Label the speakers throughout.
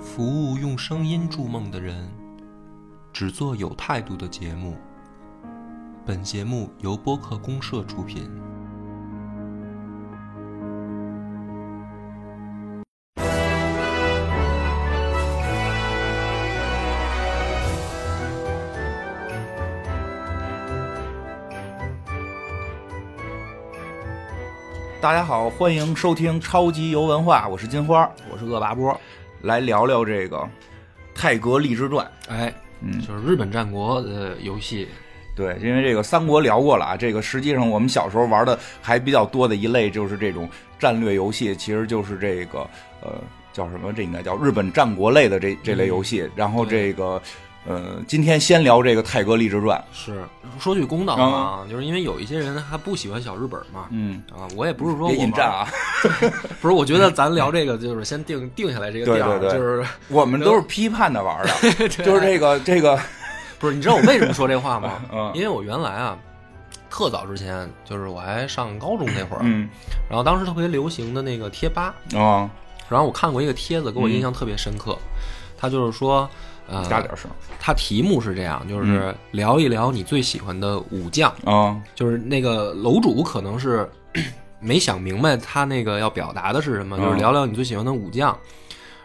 Speaker 1: 服务用声音筑梦的人，只做有态度的节目。本节目由播客公社出品。
Speaker 2: 大家好，欢迎收听超级游文化，我是金花，
Speaker 3: 我是恶霸波，
Speaker 2: 来聊聊这个《泰格立志传》。
Speaker 3: 哎，就是日本战国的游戏，
Speaker 2: 对，因为这个三国聊过了啊，这个实际上我们小时候玩的还比较多的一类就是这种战略游戏，其实就是这个呃叫什么？这应该叫日本战国类的这这类游
Speaker 3: 嗯
Speaker 2: 戏。然后这个呃，今天先聊这个《泰格立志传》。
Speaker 3: 是说句公道啊，就是因为有一些人还不喜欢小日本嘛。
Speaker 2: 嗯，
Speaker 3: 啊，我也不是说我
Speaker 2: 别引战
Speaker 3: 玩，
Speaker 2: 啊，
Speaker 3: 不是，我觉得咱聊这个就是先定定下来这个
Speaker 2: 对
Speaker 3: 调儿，
Speaker 2: 对对
Speaker 3: 就是
Speaker 2: 我们都是批判的 玩的，就是这个这个，？
Speaker 3: 不是，你知道我为什么说这话吗
Speaker 2: 嗯
Speaker 3: 因为我原来啊，特早之前就是我还上高中那会儿，
Speaker 2: 嗯
Speaker 3: 然后当时特别流行的那个贴吧，
Speaker 2: 啊，
Speaker 3: 然后我看过一个帖子，给我印象特别深刻，他就是说，呃，
Speaker 2: 嗯加点嗯声
Speaker 3: 它题目是这样，就是聊一聊你最喜欢的武将，
Speaker 2: 啊，
Speaker 3: 就是那个楼主可能是没想明白他那个要表达的是什么，
Speaker 2: 嗯
Speaker 3: 就是聊聊你最喜欢的武将。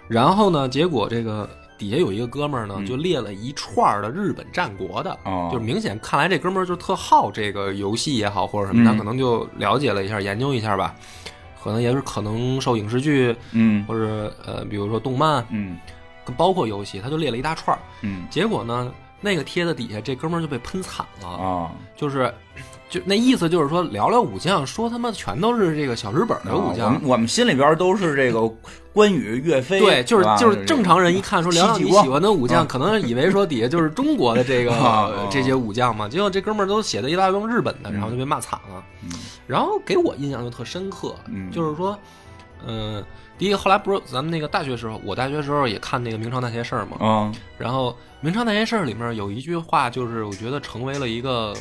Speaker 3: 然后呢，结果这个底下有一个哥们儿呢，就列了一串儿的日本战国的，
Speaker 2: 嗯哦
Speaker 3: 就是明显看来这哥们儿就特好这个游戏也好或者什么，他
Speaker 2: 嗯
Speaker 3: 可能就了解了一下，研究一下吧。可能也是可能受影视剧
Speaker 2: 嗯
Speaker 3: 或者呃，比如说动漫，
Speaker 2: 嗯
Speaker 3: 包括游戏，他就列了一大串儿。
Speaker 2: 嗯
Speaker 3: 结果呢，那个帖子底下这哥们儿就被喷惨了，
Speaker 2: 啊。
Speaker 3: 就是就那意思就是说聊聊武将，说他妈全都是这个小日本的武
Speaker 2: 啊我
Speaker 3: 将
Speaker 2: 们，我们心里边都是这个关羽、岳飞，
Speaker 3: 对，就是
Speaker 2: 吧
Speaker 3: 就是正常人一看说聊聊
Speaker 2: 戚继
Speaker 3: 你
Speaker 2: 光
Speaker 3: 喜欢的武将，可能以为说底下就是中国的这个
Speaker 2: 啊啊
Speaker 3: 这些武将嘛，结果这哥们儿都写的一大堆日本的，然后就被骂惨了。然后给我印象就特深刻
Speaker 2: 嗯，
Speaker 3: 就是说，嗯，第一个后来不是咱们那个大学时候，我大学时候也看那个《明朝那些事儿》嘛，
Speaker 2: 啊，
Speaker 3: 然后《明朝那些事儿》里面有一句话，就是我觉得成为了一个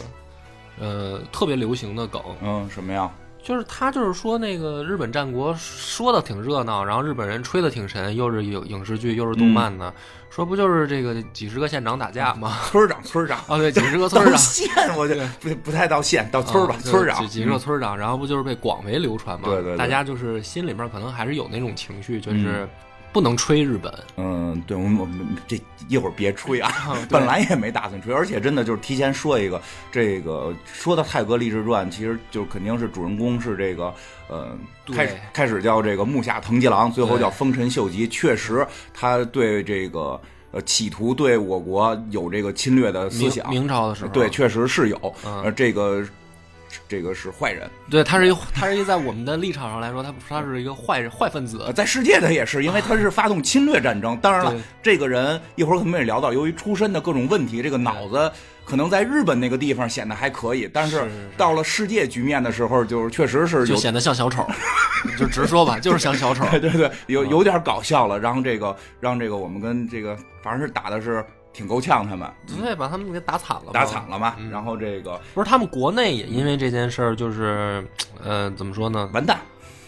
Speaker 3: 呃特别流行的梗，
Speaker 2: 嗯，什么呀？
Speaker 3: 就是他就是说那个日本战国说的挺热闹，然后日本人吹的挺神，又是影影视剧又是
Speaker 2: 嗯
Speaker 3: 动漫的，说不就是这个几十个县长打架吗？
Speaker 2: 村长，村长，
Speaker 3: 啊，对，几十 个村
Speaker 2: 到
Speaker 3: 长。
Speaker 2: 县我就不不太到县，到村儿吧，
Speaker 3: 啊
Speaker 2: 村长嗯
Speaker 3: 几，几十个村长，然后不就是被广为流传嘛？
Speaker 2: 对对对
Speaker 3: 大家就是心里面可能还是有那种情绪，就是不能吹日本，
Speaker 2: 嗯，对，我们我们这一会儿别吹啊，
Speaker 3: 哦
Speaker 2: 本来也没打算吹，而且真的就是提前说一个，这个说到《泰格立志传》，其实就肯定是主人公是这个，呃，
Speaker 3: 对
Speaker 2: 开始开始叫这个木下藤吉郎，最后
Speaker 3: 对
Speaker 2: 叫丰臣秀吉，确实他对这个呃企图对我国有这个侵略的思
Speaker 3: 明
Speaker 2: 想，嗯
Speaker 3: 明朝的时候，
Speaker 2: 对，确实是有，
Speaker 3: 嗯
Speaker 2: 呃，这个这个是坏人，
Speaker 3: 对，他是一他是一在我们的立场上来说，他他是一个坏人坏分子
Speaker 2: 呃，，在世界的也是，因为他是发动侵略战争。当然了
Speaker 3: 对，
Speaker 2: 这个人一会儿我们也聊到，由于出身的各种问题，这个脑子可能在日本那个地方显得还可以，但是
Speaker 3: 是是
Speaker 2: 到了世界局面的时候，就是确实是
Speaker 3: 就
Speaker 2: 有，
Speaker 3: 显得像 小丑，就直说吧，就是像小丑。
Speaker 2: 对对对，有
Speaker 3: 嗯
Speaker 2: 有点搞笑了。然后这个让这个我们跟这个反正是打的是挺够呛，他们
Speaker 3: 对，把他们给打惨了嘛，
Speaker 2: 打惨了嘛。
Speaker 3: 嗯
Speaker 2: 然后这个
Speaker 3: 不是他们国内也因为这件事儿，就是，呃，怎么说呢？
Speaker 2: 完蛋，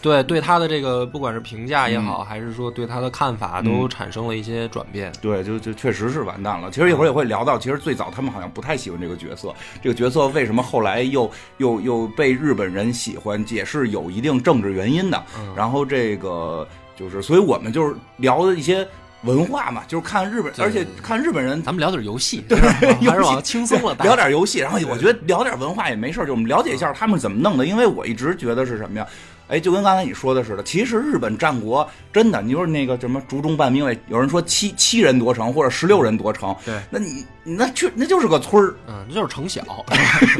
Speaker 3: 对对他的这个不管是评价也好，还是说对他的看法，
Speaker 2: 嗯
Speaker 3: 都产生了一些转变。
Speaker 2: 对，就就确实是完蛋了。其实一会儿也会聊到，其实最早他们好像不太喜欢这个角色，这个角色为什么后来又又又被日本人喜欢，也是有一定政治原因的。然后这个就是，所以我们就是聊的一些文化嘛，就是看日本，而且看日本人
Speaker 3: 咱们聊点游戏，是吧还是
Speaker 2: 游戏
Speaker 3: 往轻松了带
Speaker 2: 聊点游戏，然后我觉得聊点文化也没事儿，就我们了解一
Speaker 3: 嗯
Speaker 2: 下他们是怎么弄的。因为我一直觉得是什么呀？哎，就跟刚才你说的似的，其实日本战国真的，你说那个什么竹中半兵卫，有人说七七人夺城或者十六人夺城，
Speaker 3: 对
Speaker 2: 那你那去那就是个村儿，
Speaker 3: 嗯，这就是城小，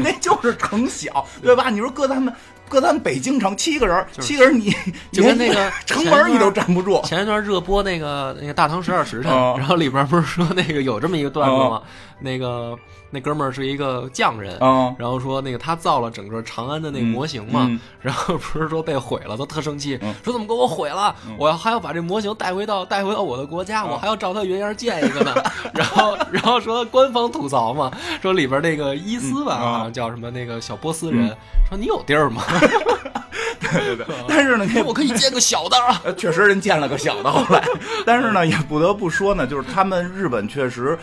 Speaker 2: 那就是城小，对吧？你说搁咱们搁咱们北京城七个人，
Speaker 3: 就是
Speaker 2: 七个人你
Speaker 3: 就跟那个
Speaker 2: 连城门儿你都站不住，
Speaker 3: 前一段热播那个那个《大唐十二时辰
Speaker 2: 哦》，
Speaker 3: 然后里边不是说那个有这么一个段子吗
Speaker 2: 哦？
Speaker 3: 那个那哥们儿是一个匠人，
Speaker 2: 嗯
Speaker 3: 然后说那个他造了整个长安的那个模型嘛，
Speaker 2: 嗯嗯
Speaker 3: 然后不是说被毁了，他特生气，
Speaker 2: 嗯
Speaker 3: 说怎么给我毁了？我要还要把这模型带回到带回到我的国家，
Speaker 2: 哦
Speaker 3: 我还要照他原样建一个 呢。然后然后说官方吐槽嘛，说里边那个伊斯吧，
Speaker 2: 嗯哦嗯
Speaker 3: 好像叫什么那个小波斯人，说你有地儿吗？
Speaker 2: 对对对。但 是呢，
Speaker 3: 说哎我可以建个小的，啊
Speaker 2: 呃，确实人建了个小的后来， 但是呢，也不得不说呢，就是他们日本确实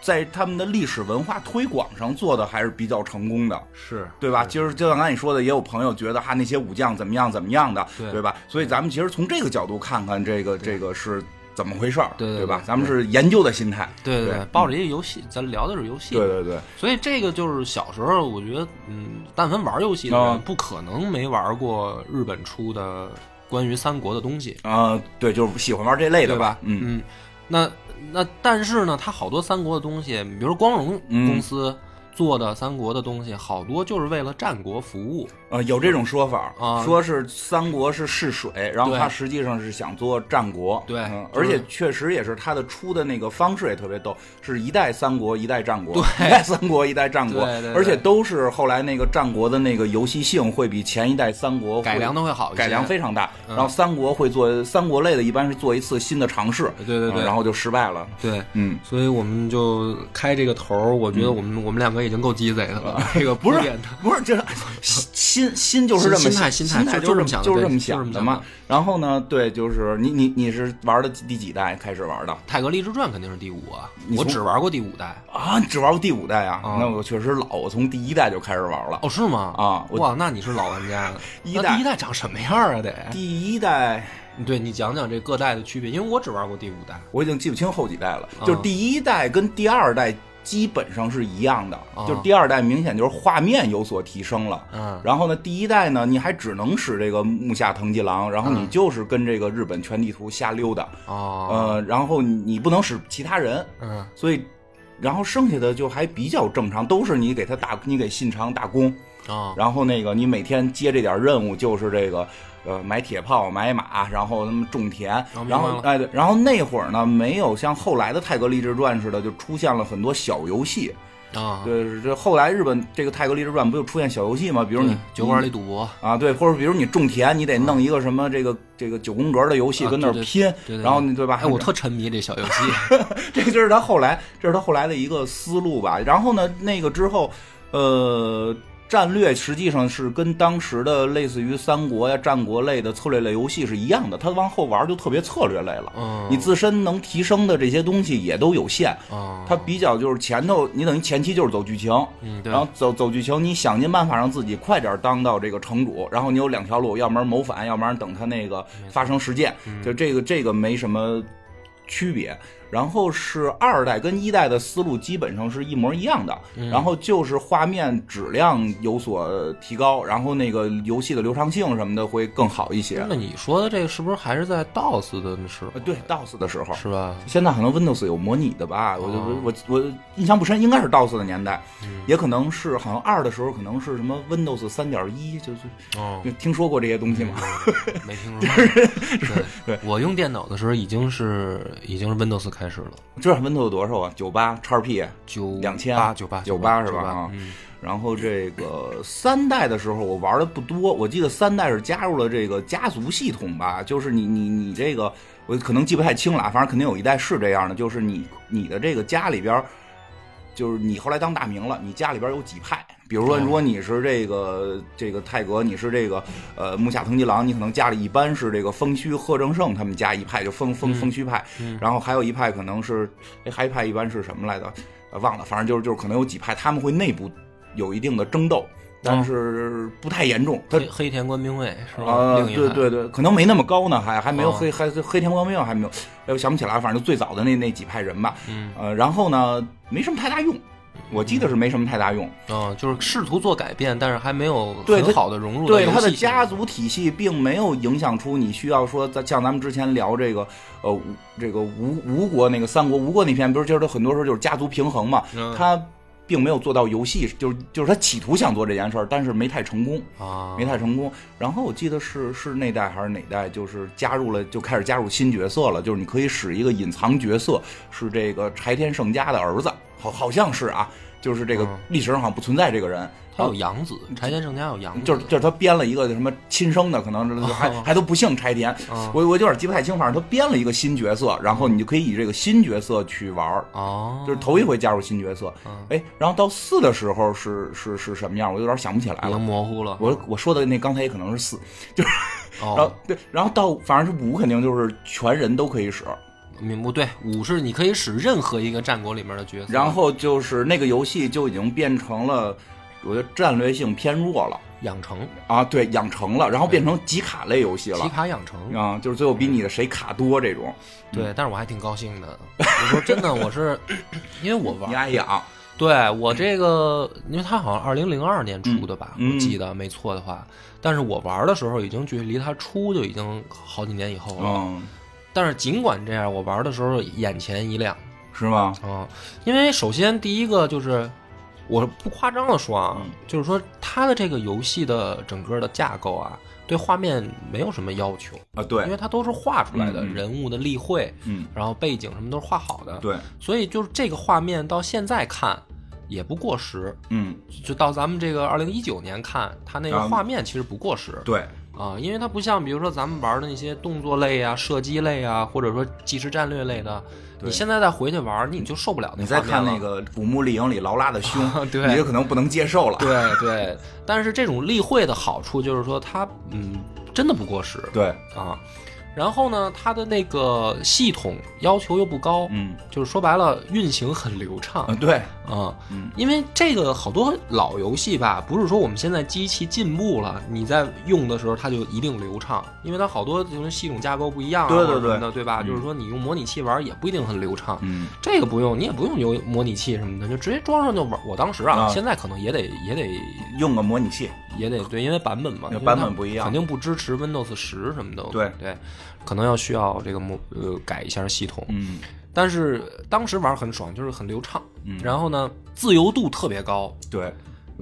Speaker 2: 在他们的历史文化推广上做的还是比较成功的，
Speaker 3: 是
Speaker 2: 对吧？其实就像刚才你说的，也有朋友觉得哈啊那些武将怎么样怎么样的，
Speaker 3: 对
Speaker 2: 对吧？所以咱们其实从这个角度看看这个这个是怎么回事儿，
Speaker 3: 对对
Speaker 2: 对吧
Speaker 3: 对？
Speaker 2: 咱们是研究的心态，
Speaker 3: 对
Speaker 2: 对
Speaker 3: 对，抱着一个游戏，咱聊的是游戏，
Speaker 2: 对对对，
Speaker 3: 所以这个就是小时候，我觉得，嗯，但凡玩游戏的
Speaker 2: 啊
Speaker 3: 人，不可能没玩过日本出的关于三国的东西，
Speaker 2: 啊，对，就是喜欢玩这类的
Speaker 3: 对
Speaker 2: 吧？嗯
Speaker 3: 嗯，那那但是呢，它好多三国的东西，比如说光荣
Speaker 2: 嗯
Speaker 3: 公司做的三国的东西，好多就是为了战国服务，
Speaker 2: 呃，有这种说法
Speaker 3: 啊
Speaker 2: 说是三国是试水，然后
Speaker 3: 对
Speaker 2: 他实际上是想做战国，
Speaker 3: 对
Speaker 2: 嗯
Speaker 3: 就
Speaker 2: 而
Speaker 3: 是
Speaker 2: 且确实也是他的出的那个方式也特别逗，是一代三国一代战国，一代三国一代战国，
Speaker 3: 对对对
Speaker 2: 而且都是后来那个战国的那个游戏性会比前一代三国会
Speaker 3: 改良的会好一些，嗯
Speaker 2: 改良非常大，然后三国会做三国类的，一般是做一次新的尝试，
Speaker 3: 对对对
Speaker 2: 嗯然后就失败了，
Speaker 3: 对。
Speaker 2: 嗯。
Speaker 3: 所以我们就开这个头儿，我觉得我们、我们两个已经够鸡贼的了。嗯啊这个 不是点的，
Speaker 2: 不是，就是心心就是这
Speaker 3: 心
Speaker 2: 么
Speaker 3: 心态
Speaker 2: 心
Speaker 3: 心态
Speaker 2: 态
Speaker 3: 就
Speaker 2: 就
Speaker 3: 就这
Speaker 2: 是
Speaker 3: 么想
Speaker 2: 就
Speaker 3: 的
Speaker 2: 是这么想的
Speaker 3: 对就这么想
Speaker 2: 嘛
Speaker 3: 的。
Speaker 2: 然后呢，对，就是你你你是玩的第几代开始玩的
Speaker 3: 《泰格立志传》肯定是第五啊，
Speaker 2: 你
Speaker 3: 我
Speaker 2: 从
Speaker 3: 只玩过第五代。
Speaker 2: 啊？你只玩过第五代啊？
Speaker 3: 啊
Speaker 2: 那我确实老，我从第一代就开始玩了。
Speaker 3: 哦，是吗？
Speaker 2: 啊我
Speaker 3: 哇，那你是老玩家了。
Speaker 2: 一
Speaker 3: 那
Speaker 2: 代
Speaker 3: 第一代长什么样啊？得，
Speaker 2: 第一代
Speaker 3: 对你讲讲这各代的区别，因为我只玩过第五代。
Speaker 2: 我已经记不清后几代了，
Speaker 3: 啊
Speaker 2: 就是第一代跟第二代基本上是一样的，
Speaker 3: 啊
Speaker 2: 就是第二代明显就是画面有所提升了。
Speaker 3: 嗯，
Speaker 2: 然后呢，第一代呢，你还只能使这个木下藤吉郎，然后
Speaker 3: 嗯
Speaker 2: 你就是跟这个日本全地图瞎溜达，
Speaker 3: 哦，
Speaker 2: 呃，然后你不能使其他人，
Speaker 3: 嗯，
Speaker 2: 所以，然后剩下的就还比较正常，都是你给他打，你给信长打工，
Speaker 3: 哦，
Speaker 2: 然后那个你每天接这点任务，就是这个，呃，买铁炮、买马，然后他们种田
Speaker 3: 哦，明白
Speaker 2: 然后
Speaker 3: 了
Speaker 2: 哎对，然后那会儿呢，没有像后来的《泰格励志传》似的，就出现了很多小游戏。
Speaker 3: 啊，
Speaker 2: 对，这后来日本这个《泰格励志传》不就出现小游戏吗？比
Speaker 3: 比
Speaker 2: 如你
Speaker 3: 嗯酒馆里赌博，
Speaker 2: 啊，对，或者比如你种田，你得弄一个什么这个这个九宫格的游戏
Speaker 3: 啊
Speaker 2: 跟那儿
Speaker 3: 对对
Speaker 2: 拼
Speaker 3: 对对，对
Speaker 2: 然后你对吧？
Speaker 3: 哎，我特沉迷这小游戏。
Speaker 2: 这个就是他后来，这是他后来的一个思路吧。然后呢，那个之后，呃，战略实际上是跟当时的类似于三国呀、战国类的策略类游戏是一样的，他往后玩就特别策略类了。
Speaker 3: 嗯，
Speaker 2: 你自身能提升的这些东西也都有限，
Speaker 3: 哦，
Speaker 2: 它比较就是前头你等于前期就是走剧情，
Speaker 3: 嗯，对
Speaker 2: 然，后走走剧情，你想尽办法让自己快点当到这个城主，然后你有两条路，要不然谋反，要不然等他那个发生事件，
Speaker 3: 嗯
Speaker 2: 就这个这个没什么区别。然后是二代跟一代的思路基本上是一模一样的，
Speaker 3: 嗯
Speaker 2: 然后就是画面质量有所提高，然后那个游戏的流畅性什么的会更好一些。
Speaker 3: 那你说的这个是不是还是在 DOS 的时候
Speaker 2: 呃，对，DOS 的时候，
Speaker 3: 是吧？
Speaker 2: 现在可能 Windows 有模拟的吧，我就
Speaker 3: 哦嗯
Speaker 2: 我我印象不深，应该是 DOS 的年代，也可能是好像二的时候可能是什么 Windows 三点一，就是
Speaker 3: 哦，嗯
Speaker 2: 就听说过这些东西吗？
Speaker 3: 没听说。对，我用电脑的时候已经是已经是 Windows 开始了，
Speaker 2: 这 Windows 有多少啊？九八、叉 P，
Speaker 3: 九
Speaker 2: 2000
Speaker 3: 八九八
Speaker 2: 98是吧
Speaker 3: 吧
Speaker 2: 啊？
Speaker 3: 嗯
Speaker 2: 然后这个三代的时候我玩的不多，我记得三代是加入了这个家族系统吧，就是你你你这个我可能记不太清了啊，反正肯定有一代是这样的，就是你你的这个家里边儿，就是你后来当大名了，你家里边儿有几派。比如说，
Speaker 3: 哦
Speaker 2: 如果你是这个这个泰格，你是这个呃木下藤吉郎，你可能家里一般是这个丰须贺正胜他们家一派，就丰
Speaker 3: 嗯
Speaker 2: 丰丰须派，然后还有一派可能是，哎，还有一派一般是什么来着？呃忘了，反正就是就是可能有几派他们会内部有一定的争斗，但是不太严重。他
Speaker 3: 黑黑田官兵卫是吧？
Speaker 2: 啊，
Speaker 3: 另一
Speaker 2: 对
Speaker 3: 派
Speaker 2: 对对，可能没那么高呢，还还没有
Speaker 3: 哦
Speaker 2: 黑还黑田光明还没有，哎，我想不起来，反正就最早的那那几派人吧。
Speaker 3: 嗯，
Speaker 2: 呃，然后呢，没什么太大用，我记得是没什么太大用。
Speaker 3: 嗯，就是试图做改变，但是还没有
Speaker 2: 对他
Speaker 3: 很好的融入到
Speaker 2: 对
Speaker 3: 游
Speaker 2: 他的
Speaker 3: 戏
Speaker 2: 家
Speaker 3: 里
Speaker 2: 族体系并没有影响出你需要说，咱像咱们之前聊这个，呃，吴这个吴吴国那个三国吴国那篇，不是就是很多时候就是家族平衡嘛，
Speaker 3: 嗯
Speaker 2: 他并没有做到游戏，就是就是他企图想做这件事儿，但是没太成功。
Speaker 3: 啊
Speaker 2: 没，太成功，然后我记得是是那代还是哪代，就是加入了就开始加入新角色了，就是你可以使一个隐藏角色，是这个柴田胜家的儿子，好好像是啊，就是这个
Speaker 3: 嗯
Speaker 2: 历史上好像不存在这个人，
Speaker 3: 他有养子，柴田胜家有养子，
Speaker 2: 就是就是他编了一个什么亲生的，可能还、
Speaker 3: 哦
Speaker 2: 还都不姓柴田，
Speaker 3: 嗯
Speaker 2: 我我有点记不太清，反正他编了一个新角色，然后你就可以以这个新角色去玩儿，
Speaker 3: 哦，
Speaker 2: 就是头一回加入新角色。
Speaker 3: 嗯
Speaker 2: 哎，然后到四的时候是是是什么样，我有点想不起来
Speaker 3: 已经
Speaker 2: 了。
Speaker 3: 模糊了。
Speaker 2: 我我说的那刚才也可能是四，然后
Speaker 3: 哦，
Speaker 2: 对，然后到反正是五肯定就是全人都可以使，
Speaker 3: 明不对，五是你可以使任何一个战国里面的角色，
Speaker 2: 然后就是那个游戏就已经变成了，我觉得战略性偏弱了
Speaker 3: 养成
Speaker 2: 啊，对，养成了，然后变成集卡类游戏
Speaker 3: 皮
Speaker 2: 了
Speaker 3: 卡养成，
Speaker 2: 啊，就是最后比你的谁卡多这种，
Speaker 3: 对，但是我还挺高兴的。 我说真的，我是因为我
Speaker 2: 嗯
Speaker 3: 玩
Speaker 2: 你爱养，
Speaker 3: 对我这个，因为它好像二零零二年出的吧，
Speaker 2: 嗯
Speaker 3: 我记得没错的话。但是我玩的时候已经距离它出就已经好几年以后了。
Speaker 2: 嗯，
Speaker 3: 但是尽管这样，我玩的时候眼前一亮
Speaker 2: 是吗？
Speaker 3: 啊、因为首先第一个就是。我不夸张的说啊
Speaker 2: 嗯，
Speaker 3: 就是说它的这个游戏的整个的架构啊，对画面没有什么要求，
Speaker 2: 啊，
Speaker 3: 因
Speaker 2: 对，
Speaker 3: 为它都是画出来的，
Speaker 2: 嗯嗯
Speaker 3: 人物的立绘，
Speaker 2: 嗯，
Speaker 3: 然后背景什么都是画好的，
Speaker 2: 对，
Speaker 3: 所以就是这个画面到现在看也不过时，
Speaker 2: 嗯，
Speaker 3: 就到咱们这个二零一九年看，它那个
Speaker 2: 嗯
Speaker 3: 画面其实不过时，
Speaker 2: 对，
Speaker 3: 啊，因为它不像比如说咱们玩的那些动作类啊、射击类啊，或者说即时战略类的，
Speaker 2: 对
Speaker 3: 你现在再回去玩，你就受不了那
Speaker 2: 你再
Speaker 3: 画面了，
Speaker 2: 看那。个《古墓丽影》里劳拉的胸
Speaker 3: 对
Speaker 2: 你就可能不能接受了，
Speaker 3: 对对，但是这种例会的好处就是说它，嗯，真的不过时
Speaker 2: 对，
Speaker 3: 啊。然后呢，它的那个系统要求又不高，
Speaker 2: 嗯，
Speaker 3: 就是说白了，运行很流畅
Speaker 2: 啊，对，
Speaker 3: 啊、
Speaker 2: 嗯
Speaker 3: 因为这个好多老游戏吧，不是说我们现在机器进步了，你在用的时候它就一定流畅，因为它好多就是系统架构不一样啊，
Speaker 2: 对对嗯
Speaker 3: 或者什么
Speaker 2: 对
Speaker 3: 的，对吧？就是说你用模拟器玩也不一定很流畅。
Speaker 2: 嗯，
Speaker 3: 这个不用，你也不用有模拟器什么的，就直接装上就玩。我当时啊，
Speaker 2: 啊
Speaker 3: 现在可能也得也得
Speaker 2: 用个模拟器，
Speaker 3: 也得对，因为版本嘛，
Speaker 2: 那
Speaker 3: 因为
Speaker 2: 版本
Speaker 3: 它
Speaker 2: 不一样
Speaker 3: 肯定不支持 Windows 十什么的。
Speaker 2: 对
Speaker 3: 对，可能要需要这个模呃改一下系统。
Speaker 2: 嗯，
Speaker 3: 但是当时玩很爽，就是很流畅，
Speaker 2: 嗯
Speaker 3: 然后呢自由度特别高，
Speaker 2: 对，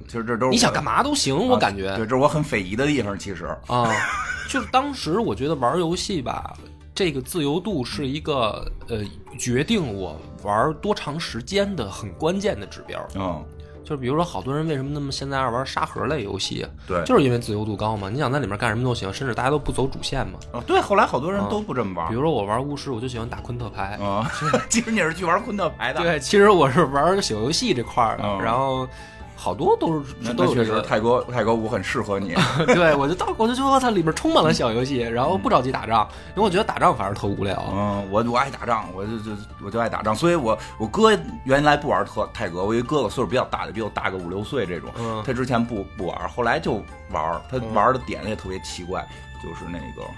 Speaker 2: 其实这都是
Speaker 3: 你想
Speaker 2: 我
Speaker 3: 干嘛都行，我感觉
Speaker 2: 啊对，这是我很匪夷的地方，其实，
Speaker 3: 啊， 就是当时我觉得玩游戏吧，这个自由度是一个呃决定我玩多长时间的很关键的指标。
Speaker 2: 嗯，
Speaker 3: 就是比如说，好多人为什么那么现在爱玩沙盒类游戏，啊
Speaker 2: 对
Speaker 3: 就是因为自由度高嘛，你想在里面干什么都行，甚至大家都不走主线嘛。
Speaker 2: 哦，对，后来好多人都不这么玩
Speaker 3: 比
Speaker 2: 儿
Speaker 3: 如说我玩巫师，我就喜欢打昆特牌，
Speaker 2: 啊。 其实你是去玩昆特牌的，，
Speaker 3: 对，其实我是玩小游戏这块儿的，
Speaker 2: 嗯
Speaker 3: 然后好多都是
Speaker 2: 那
Speaker 3: 都
Speaker 2: 那
Speaker 3: 有
Speaker 2: 确
Speaker 3: 这
Speaker 2: 实
Speaker 3: 个。
Speaker 2: 泰国泰国舞很适合你。
Speaker 3: 对，我就到我就觉得它里边充满了小游戏，然后不着急打仗，因为我觉得打仗反而特无聊。
Speaker 2: 嗯，我我爱打仗，我就就我就爱打仗，所以我我哥原来不玩特泰格，我一哥哥岁数比较大的，比我大个五六岁这种，
Speaker 3: 嗯
Speaker 2: 他之前不不玩，后来就玩，他玩的点也特别奇怪，就是那个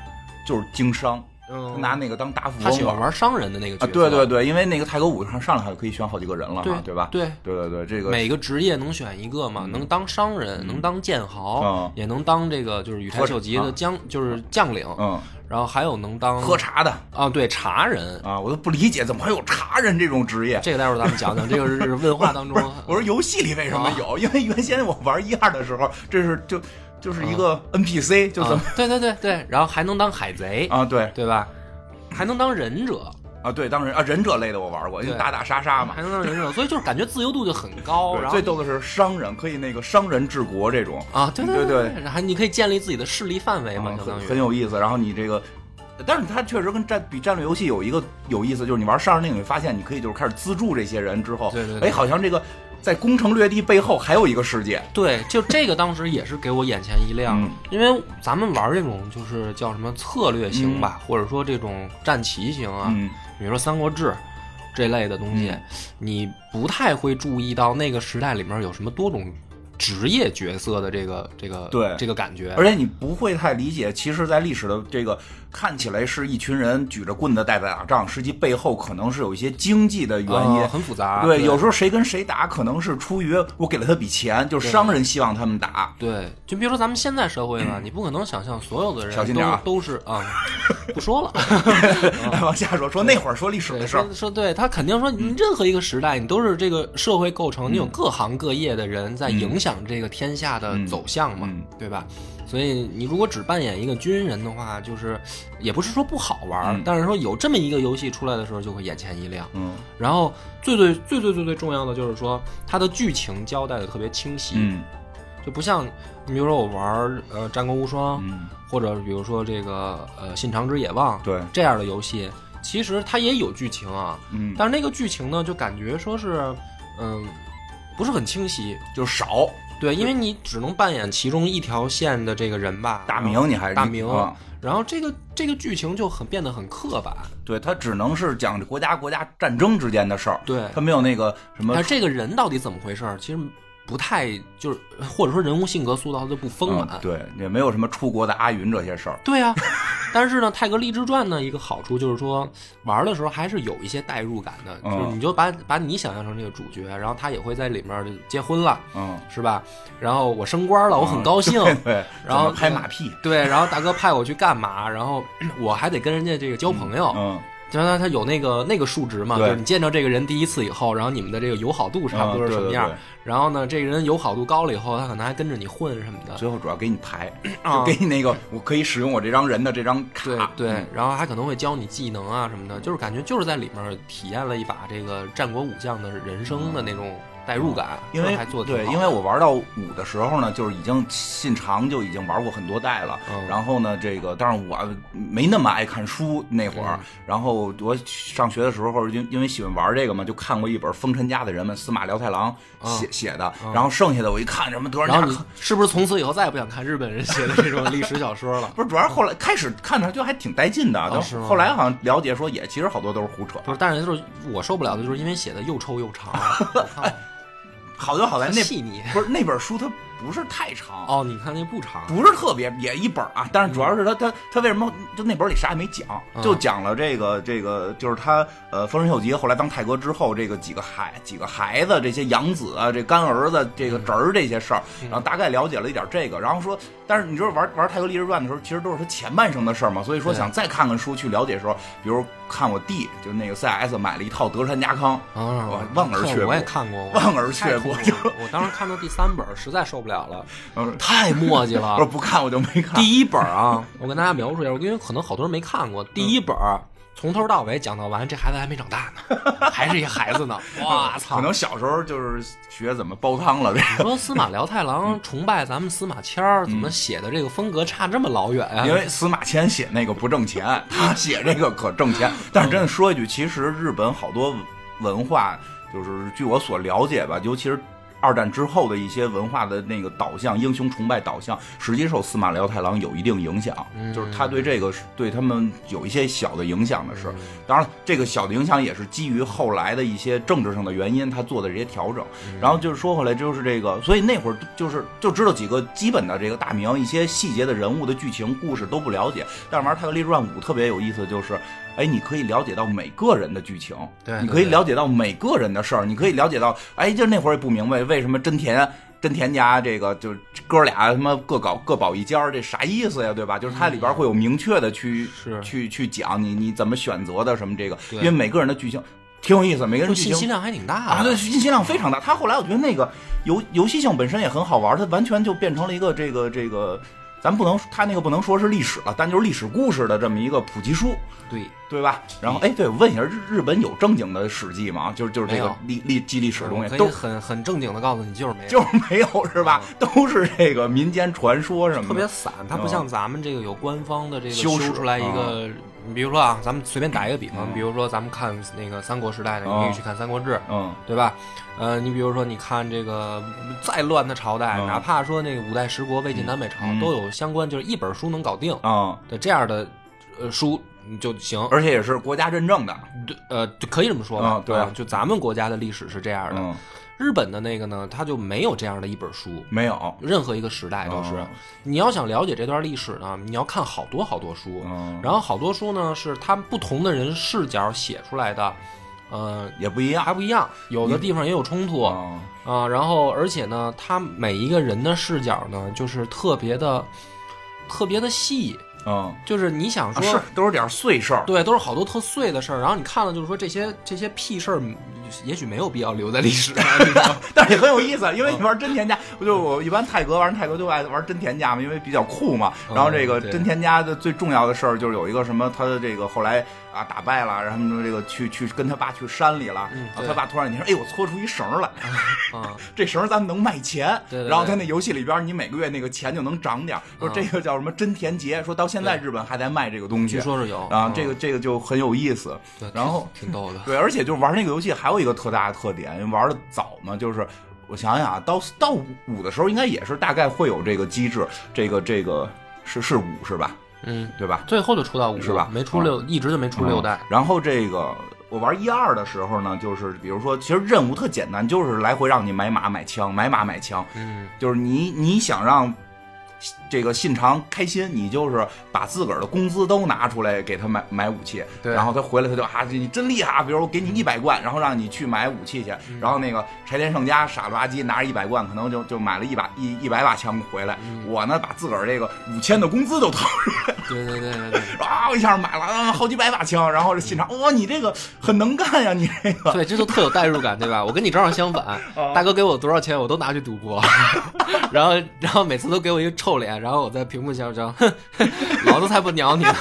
Speaker 2: 就是经商，
Speaker 3: 嗯
Speaker 2: 拿那个当大富
Speaker 3: 他喜
Speaker 2: 翁
Speaker 3: 欢玩商人的那个角
Speaker 2: 啊，
Speaker 3: 色，
Speaker 2: 对对对，因为那个泰格舞上上来还可以选好几个人了嘛，
Speaker 3: 对
Speaker 2: 对吧？
Speaker 3: 对。
Speaker 2: 对对对，这个
Speaker 3: 每个职业能选一个嘛，能当商人，能当剑豪
Speaker 2: 嗯，
Speaker 3: 也能当这个就是羽柴秀吉
Speaker 2: 喝
Speaker 3: 的
Speaker 2: 茶
Speaker 3: 将，就是将领，
Speaker 2: 嗯，
Speaker 3: 然后还有能当
Speaker 2: 喝茶的
Speaker 3: 啊，对茶人，
Speaker 2: 啊，我都不理解怎么还有茶人这种职业。
Speaker 3: 这个待会儿咱们讲讲，这个是 文化当中
Speaker 2: 不是，我说游戏里为
Speaker 3: 啊
Speaker 2: 什么有？因为原先我玩一二的时候，这是就就是一个 NPC，、就怎么
Speaker 3: 啊对对对对，然后还能当海贼，
Speaker 2: 啊对
Speaker 3: 对吧？还能当忍者，
Speaker 2: 啊对，当然啊忍者类的我玩过，因为
Speaker 3: 对
Speaker 2: 打打杀杀嘛
Speaker 3: 还。能当忍者，所以就是感觉自由度就很高。
Speaker 2: 对
Speaker 3: 然后
Speaker 2: 最逗的是商人可以那个商人治国这种，
Speaker 3: 啊，对
Speaker 2: 对
Speaker 3: 对
Speaker 2: 对，
Speaker 3: 然后你可以建立自己的势力范围
Speaker 2: 啊
Speaker 3: 嘛，哎相
Speaker 2: 很
Speaker 3: 当于
Speaker 2: 很有意思。然后你这个。但是它确实跟战比战略游戏有一个有意思，就是你玩商人令，你会发现你可以就是开始资助这些人之后，
Speaker 3: 对对对
Speaker 2: 哎，好像这个在攻城略地背后还有一个世界，
Speaker 3: 对，就这个当时也是给我眼前一亮，
Speaker 2: 嗯
Speaker 3: 因为咱们玩这种就是叫什么策略型吧，或者说这种战棋型啊，
Speaker 2: 嗯，
Speaker 3: 比如说《三国志》这类的东西，
Speaker 2: 嗯
Speaker 3: 你不太会注意到那个时代里面有什么多种职业角色的这个这个
Speaker 2: 对
Speaker 3: 这个感觉，
Speaker 2: 而且你不会太理解，其实，在历史的这个看起来是一群人举着棍子在打仗，实际背后可能是有一些经济的原因。
Speaker 3: 呃很复杂，
Speaker 2: 对，有时候谁跟谁打，可能是出于我给了他笔钱，就是商人希望他们打。
Speaker 3: 对，就比如说咱们现在社会嘛，你不可能想象所有的人
Speaker 2: 嗯小心
Speaker 3: 都
Speaker 2: 点啊
Speaker 3: 都是 啊、不说了。
Speaker 2: 往下说，说那会儿说历史
Speaker 3: 嗯对，
Speaker 2: 的事儿
Speaker 3: 说，说对他肯定说，
Speaker 2: 嗯
Speaker 3: 你任何一个时代，你都是这个社会构成，你有各行各业的人在影响这个天下的走向嘛，
Speaker 2: 嗯
Speaker 3: 对吧？所以你如果只扮演一个军人的话，就是也不是说不好玩，
Speaker 2: 嗯
Speaker 3: 但是说有这么一个游戏出来的时候，就会眼前一亮。
Speaker 2: 嗯
Speaker 3: 然后最最最最最最重要的就是说，它的剧情交代的特别清晰，
Speaker 2: 嗯
Speaker 3: 就不像你比如说我玩呃《战国无双》
Speaker 2: 嗯，
Speaker 3: 或者比如说这个呃《信长之野望》
Speaker 2: 对，
Speaker 3: 这样的游戏，其实它也有剧情啊，
Speaker 2: 嗯，
Speaker 3: 但是那个剧情呢，就感觉说是嗯不是很清晰。
Speaker 2: 就是少
Speaker 3: 对，因为你只能扮演其中一条线的这个人吧，
Speaker 2: 大
Speaker 3: 然后
Speaker 2: 明，你还
Speaker 3: 大明
Speaker 2: 啊
Speaker 3: 然后这个这个剧情就很变得很刻板，
Speaker 2: 对他只能是讲国家国家战争之间的事儿，
Speaker 3: 对，
Speaker 2: 他没有那个什么
Speaker 3: 但是这个人到底怎么回事儿，其实不太就是，或者说人物性格塑造的不丰满。
Speaker 2: 嗯对，也没有什么出国的阿云这些事儿，
Speaker 3: 对啊，但是呢，《泰格励志传》呢，一个好处就是说，玩的时候还是有一些代入感的，
Speaker 2: 嗯
Speaker 3: 就是你就把把你想象成这个主角，然后他也会在里面就结婚了，
Speaker 2: 嗯，
Speaker 3: 是吧？然后我升官了，我很高兴。
Speaker 2: 对对，
Speaker 3: 然后
Speaker 2: 怎么拍马屁，
Speaker 3: 对，然后大哥派我去干嘛？然后 我还得跟人家这个交朋友，
Speaker 2: 嗯，
Speaker 3: 就像他他有那个那个数值嘛，就
Speaker 2: 对
Speaker 3: 是你见着这个人第一次以后，然后你们的这个友好度差不多
Speaker 2: 嗯
Speaker 3: 是什么样？？
Speaker 2: 对对
Speaker 3: 然后呢，这个人友好度高了以后，他可能还跟着你混什么
Speaker 2: 对
Speaker 3: 的，
Speaker 2: 最后主要给你牌，
Speaker 3: 啊
Speaker 2: 就给你那个，我可以使用我这张人的这张卡，
Speaker 3: 对对
Speaker 2: 嗯，，
Speaker 3: 然后还可能会教你技能啊什么的，就是感觉就是在里面体验了一把这个战国武将的人生的那种代入感，
Speaker 2: 因
Speaker 3: 这
Speaker 2: 为
Speaker 3: 还做的
Speaker 2: 对，因为我玩到五的时候呢，就是已经信长就已经玩过很多代了。
Speaker 3: 嗯
Speaker 2: 然后呢，这个但是我没那么爱看书那会儿。然后我上学的时候，因因为喜欢玩这个嘛，就看过一本《封神家的人们》司马辽太郎写、写的。然后剩下的我一看什么德尔
Speaker 3: 哦然
Speaker 2: 纳
Speaker 3: 后你 是不是从此以后再也不想看日本人写的这种历史小说了？
Speaker 2: 不是，主要是后来开始看着就还挺带劲的，但
Speaker 3: 哦是吗
Speaker 2: 后来好像了解说也其实好多都是胡扯。
Speaker 3: 不是，但是就是我受不了的，就是因为写的又臭又 长，我操
Speaker 2: 好就好在那
Speaker 3: 细腻。
Speaker 2: 不是那本书它不是太长，
Speaker 3: 哦，你看那不长，
Speaker 2: 不是特别也一本儿啊，但是主要是他他他为什么就那本儿里啥也没讲，
Speaker 3: 嗯
Speaker 2: 就讲了这个这个就是他呃丰臣秀吉后来当太阁之后，这个几个孩几个孩子这些养子啊，这干儿子这个侄儿这些事儿，
Speaker 3: 嗯
Speaker 2: 然后大概了解了一点这个，然后说，但是你知道玩玩太阁立志传的时候，其实都是他前半生的事儿嘛，所以说
Speaker 3: 对
Speaker 2: 想再看看书去了解的时候，比如看我弟就那个 CS 买了一套德川家康，
Speaker 3: 啊
Speaker 2: 我望而却步
Speaker 3: 我也看过，我
Speaker 2: 望而却步
Speaker 3: 太恐怖了我当时看到第三本儿，实在受不 了了，
Speaker 2: 然后说
Speaker 3: 太墨迹
Speaker 2: 我说
Speaker 3: 了。
Speaker 2: 不看我就没看，
Speaker 3: 第一本儿啊，我跟大家描述一下， 因为可能好多人没看
Speaker 2: 嗯
Speaker 3: 过。第一本儿从头到尾讲到完，这孩子还没长大 呢，还是一孩子呢。哇操！
Speaker 2: 可能小时候就是学怎么煲汤了，这个。
Speaker 3: 你说司马辽太郎崇拜咱们司马迁儿，
Speaker 2: 嗯
Speaker 3: 怎么写的这个风格差这么老远啊？
Speaker 2: 因为司马迁写那个不挣 钱，他写这个可挣钱。但是真的说一句，其实日本好多文化，就是据我所了解吧，尤其是二战之后的一些文化的那个导向，英雄崇拜导向，实际受司马辽太郎有一定影响，
Speaker 3: 嗯
Speaker 2: 就是他对这个对他们有一些小的影响的事。当然，这个小的影响也是基于后来的一些政治上的原因，他做的这些调整。
Speaker 3: 嗯
Speaker 2: 然后就是说回来，就是这个，所以那会儿就是就知道几个基本的这个大名，一些细节的人物的剧情故事都不了解。但是玩《泰格立志传五》特别有意思，就是哎，你可以了解到每个人的剧情，
Speaker 3: 对对
Speaker 2: 你可以
Speaker 3: 对
Speaker 2: 了解到每个人的事儿，你可以了解到哎，就那会儿也不明白为什么真田。啊真田家这个就是哥俩他妈各搞各保一家儿，这啥意思呀？对吧？就是它里边会有明确的去、
Speaker 3: 是
Speaker 2: 去去讲你你怎么选择的什么这个，
Speaker 3: 对
Speaker 2: 因为每个人的剧情挺有意思，每个人
Speaker 3: 就
Speaker 2: 剧
Speaker 3: 信
Speaker 2: 情
Speaker 3: 息量还挺大
Speaker 2: 啊，对，
Speaker 3: 的。
Speaker 2: 信息量非常大。它后来我觉得那个游游戏性本身也很好玩，它完全就变成了一个这个这个，咱不能它那个不能说是历史了，但就是历史故事的这么一个普及书，
Speaker 3: 对，
Speaker 2: 对吧？然
Speaker 3: 嗯
Speaker 2: 后哎，对，我问一下，日日本有正经的史记吗？就是就是这
Speaker 3: 没
Speaker 2: 个
Speaker 3: 有
Speaker 2: 历历记历史的东
Speaker 3: 我可
Speaker 2: 西
Speaker 3: 以
Speaker 2: 都
Speaker 3: 很很正经的告诉你，就是没 有。
Speaker 2: 就是没有是吧？都是这个民间传说什么
Speaker 3: 特别
Speaker 2: 的。
Speaker 3: 散，它不像咱们这个有官方的这个
Speaker 2: 修
Speaker 3: 修
Speaker 2: 饰
Speaker 3: 出来一个，你比如说啊，咱们随便打一个比方，比如说咱们看那个三国时代的，你可
Speaker 2: 嗯
Speaker 3: 以去看《三国志》，
Speaker 2: 嗯，
Speaker 3: 对吧？呃，你比如说你看这个再乱的朝代，
Speaker 2: 嗯
Speaker 3: 哪怕说那个五代十国、魏晋南北朝，
Speaker 2: 嗯
Speaker 3: 都有相关，就是一本书能搞定
Speaker 2: 啊、
Speaker 3: 的这样的呃书就行，
Speaker 2: 而且也是国家认证的，
Speaker 3: 对呃就可以这么说吧，
Speaker 2: 嗯对
Speaker 3: 啊就咱们国家的历史是这样的，
Speaker 2: 嗯，
Speaker 3: 日本的那个呢，它就没有这样的一本书，
Speaker 2: 没有，
Speaker 3: 任何一个时代都是
Speaker 2: 嗯。
Speaker 3: 你要想了解这段历史呢，你要看好多好多书，
Speaker 2: 嗯，
Speaker 3: 然后好多书呢是他们不同的人视角写出来的，呃，
Speaker 2: 也不一样
Speaker 3: 还不一样，有的地方也有冲突啊、
Speaker 2: 嗯
Speaker 3: 然后而且呢，他每一个人的视角呢，就是特别的、特别的细，
Speaker 2: 嗯，
Speaker 3: 就是你想
Speaker 2: 啊
Speaker 3: 说。
Speaker 2: 是都是点儿碎事儿，
Speaker 3: 对，都是好多特碎的事儿，然后你看了就是说这些这些屁事儿
Speaker 1: 也许没有必要留在历史 上。
Speaker 2: 但是也很有意思，因
Speaker 3: 嗯
Speaker 2: 为你玩真田家，就我一般泰格玩泰格就爱玩真田家嘛，因为比较酷嘛。然后这个
Speaker 1: 嗯对
Speaker 2: 真田家的最重要的事儿就是有一个什么，他的这个后来啊打败了，然后他们这个去去跟他爸去山里了，
Speaker 3: 嗯
Speaker 2: 然后
Speaker 3: 对
Speaker 2: 他爸突然你说，哎，我搓出一绳儿来，
Speaker 3: 啊，
Speaker 2: 这绳儿咱们能卖钱。
Speaker 3: 对对对
Speaker 2: 然后他那游戏里边，你每个月那个钱就能涨点儿。说
Speaker 3: 嗯
Speaker 2: 这个叫什么真田节，说到现在日本还在卖这个东西
Speaker 3: 据说是有
Speaker 2: 啊
Speaker 3: 嗯，
Speaker 2: 这个这个就很有意思。
Speaker 3: 对，
Speaker 2: 然后
Speaker 3: 挺挺逗的，
Speaker 2: 对，而且就玩那个游戏还有一个特大的特点，因为玩的早嘛，就是我想想啊，到到五的时候应该也是大概会有这个机制，这个这个是是五是吧？
Speaker 3: 嗯，
Speaker 2: 对吧？
Speaker 3: 最后就出到五
Speaker 2: 是吧啊
Speaker 3: 没出六，一直就没出六代
Speaker 2: 嗯。然后这个我玩一二的时候呢，就是比如说，其实任务特简单，就是来回让你买马买枪，买马买枪，
Speaker 3: 嗯，
Speaker 2: 就是你你想让。这个信长开心，你就是把自个儿的工资都拿出来给他买买武器，
Speaker 3: 对
Speaker 2: 然后他回来他就啊，你真厉害啊！比如我给你一百贯，然后让你去买武器去，
Speaker 3: 嗯
Speaker 2: 然后那个柴田胜家傻了吧唧拿着一百贯，可能就就买了一把一一百把枪回来，
Speaker 3: 嗯
Speaker 2: 我呢把自个儿这个五千的工资都掏
Speaker 3: 对对对对对。
Speaker 2: 啊，我一下买了、啊好几百把枪，然后这信长，哇、你这个很能干呀，你这个
Speaker 3: 对，这就特有代入感，对吧？我跟你正好相反，大哥给我多少钱，我都拿去赌博， 然后然后每次都给我一个臭脸，然后我在屏幕下张，哼哼 老子才不鸟你呢！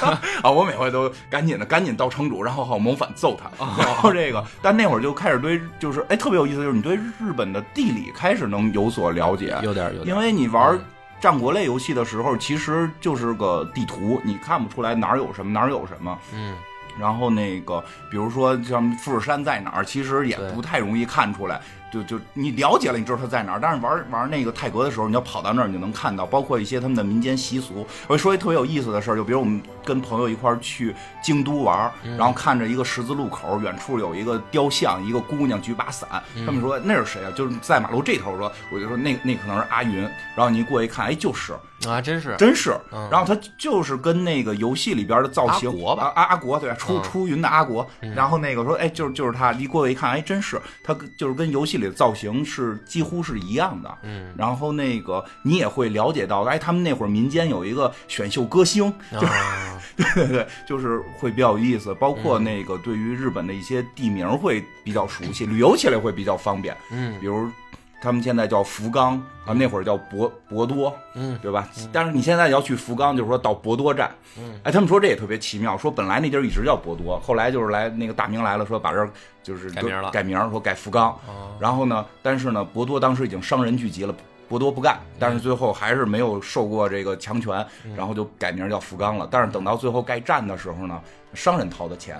Speaker 2: 啊，我每回都赶紧的，赶紧到城主，然后好谋反揍他。然后这个，但那会儿就开始对，就是哎，特别有意思，就是你对日本的地理开始能有所了解，
Speaker 3: 有点有点，
Speaker 2: 因为你玩
Speaker 3: 嗯
Speaker 2: 战国类游戏的时候，其实就是个地图，你看不出来哪儿有什么，哪儿有什么。
Speaker 3: 嗯，
Speaker 2: 然后那个，比如说像富士山在哪儿，其实也
Speaker 3: 对
Speaker 2: 不太容易看出来。就就你了解了，你知道它在哪儿。但是玩玩那个泰格的时候，你要跑到那儿，你就能看到，包括一些他们的民间习俗。我说一特别有意思的事儿，就比如我们跟朋友一块儿去京都玩儿，然后看着一个十字路口，远处有一个雕像，一个姑娘举把伞。他们说那是谁啊？就是在马路这头说，我就说那那可能是阿云。然后你一过一看，哎，就是。
Speaker 3: 啊，真是，
Speaker 2: 真是
Speaker 3: 嗯。
Speaker 2: 然后他就是跟那个游戏里边的造型，
Speaker 3: 阿国吧
Speaker 2: 啊，阿阿国对，出
Speaker 3: 嗯
Speaker 2: 出云的阿国。然后那个说，哎，就是就是他，一过来一看，哎，真是他跟，就是跟游戏里的造型是几乎是一样的。
Speaker 3: 嗯，
Speaker 2: 然后那个你也会了解到，哎，他们那会儿民间有一个选秀歌星，
Speaker 3: 啊，
Speaker 2: 对对，就是会比较有意思，包
Speaker 3: 嗯
Speaker 2: 括那个对于日本的一些地名会比较熟悉，旅游起来会比较方便。
Speaker 3: 嗯
Speaker 2: 比如他们现在叫福冈啊，那会儿叫博博多，
Speaker 3: 嗯，
Speaker 2: 对吧？但是你现在要去福冈，就是说到博多站，嗯，哎，他们说这也特别奇妙，说本来那地儿一直叫博多，后来就是来那个大明来了，说把这儿就是
Speaker 3: 改名了哦
Speaker 2: 改名儿说改福冈，然后呢，但是呢，博多当时已经商人聚集了。博多不干，
Speaker 3: 嗯
Speaker 2: 但是最后还是没有受过这个强权，然后就改名叫福冈了。但是等到最后盖站的时候呢，商人掏的钱，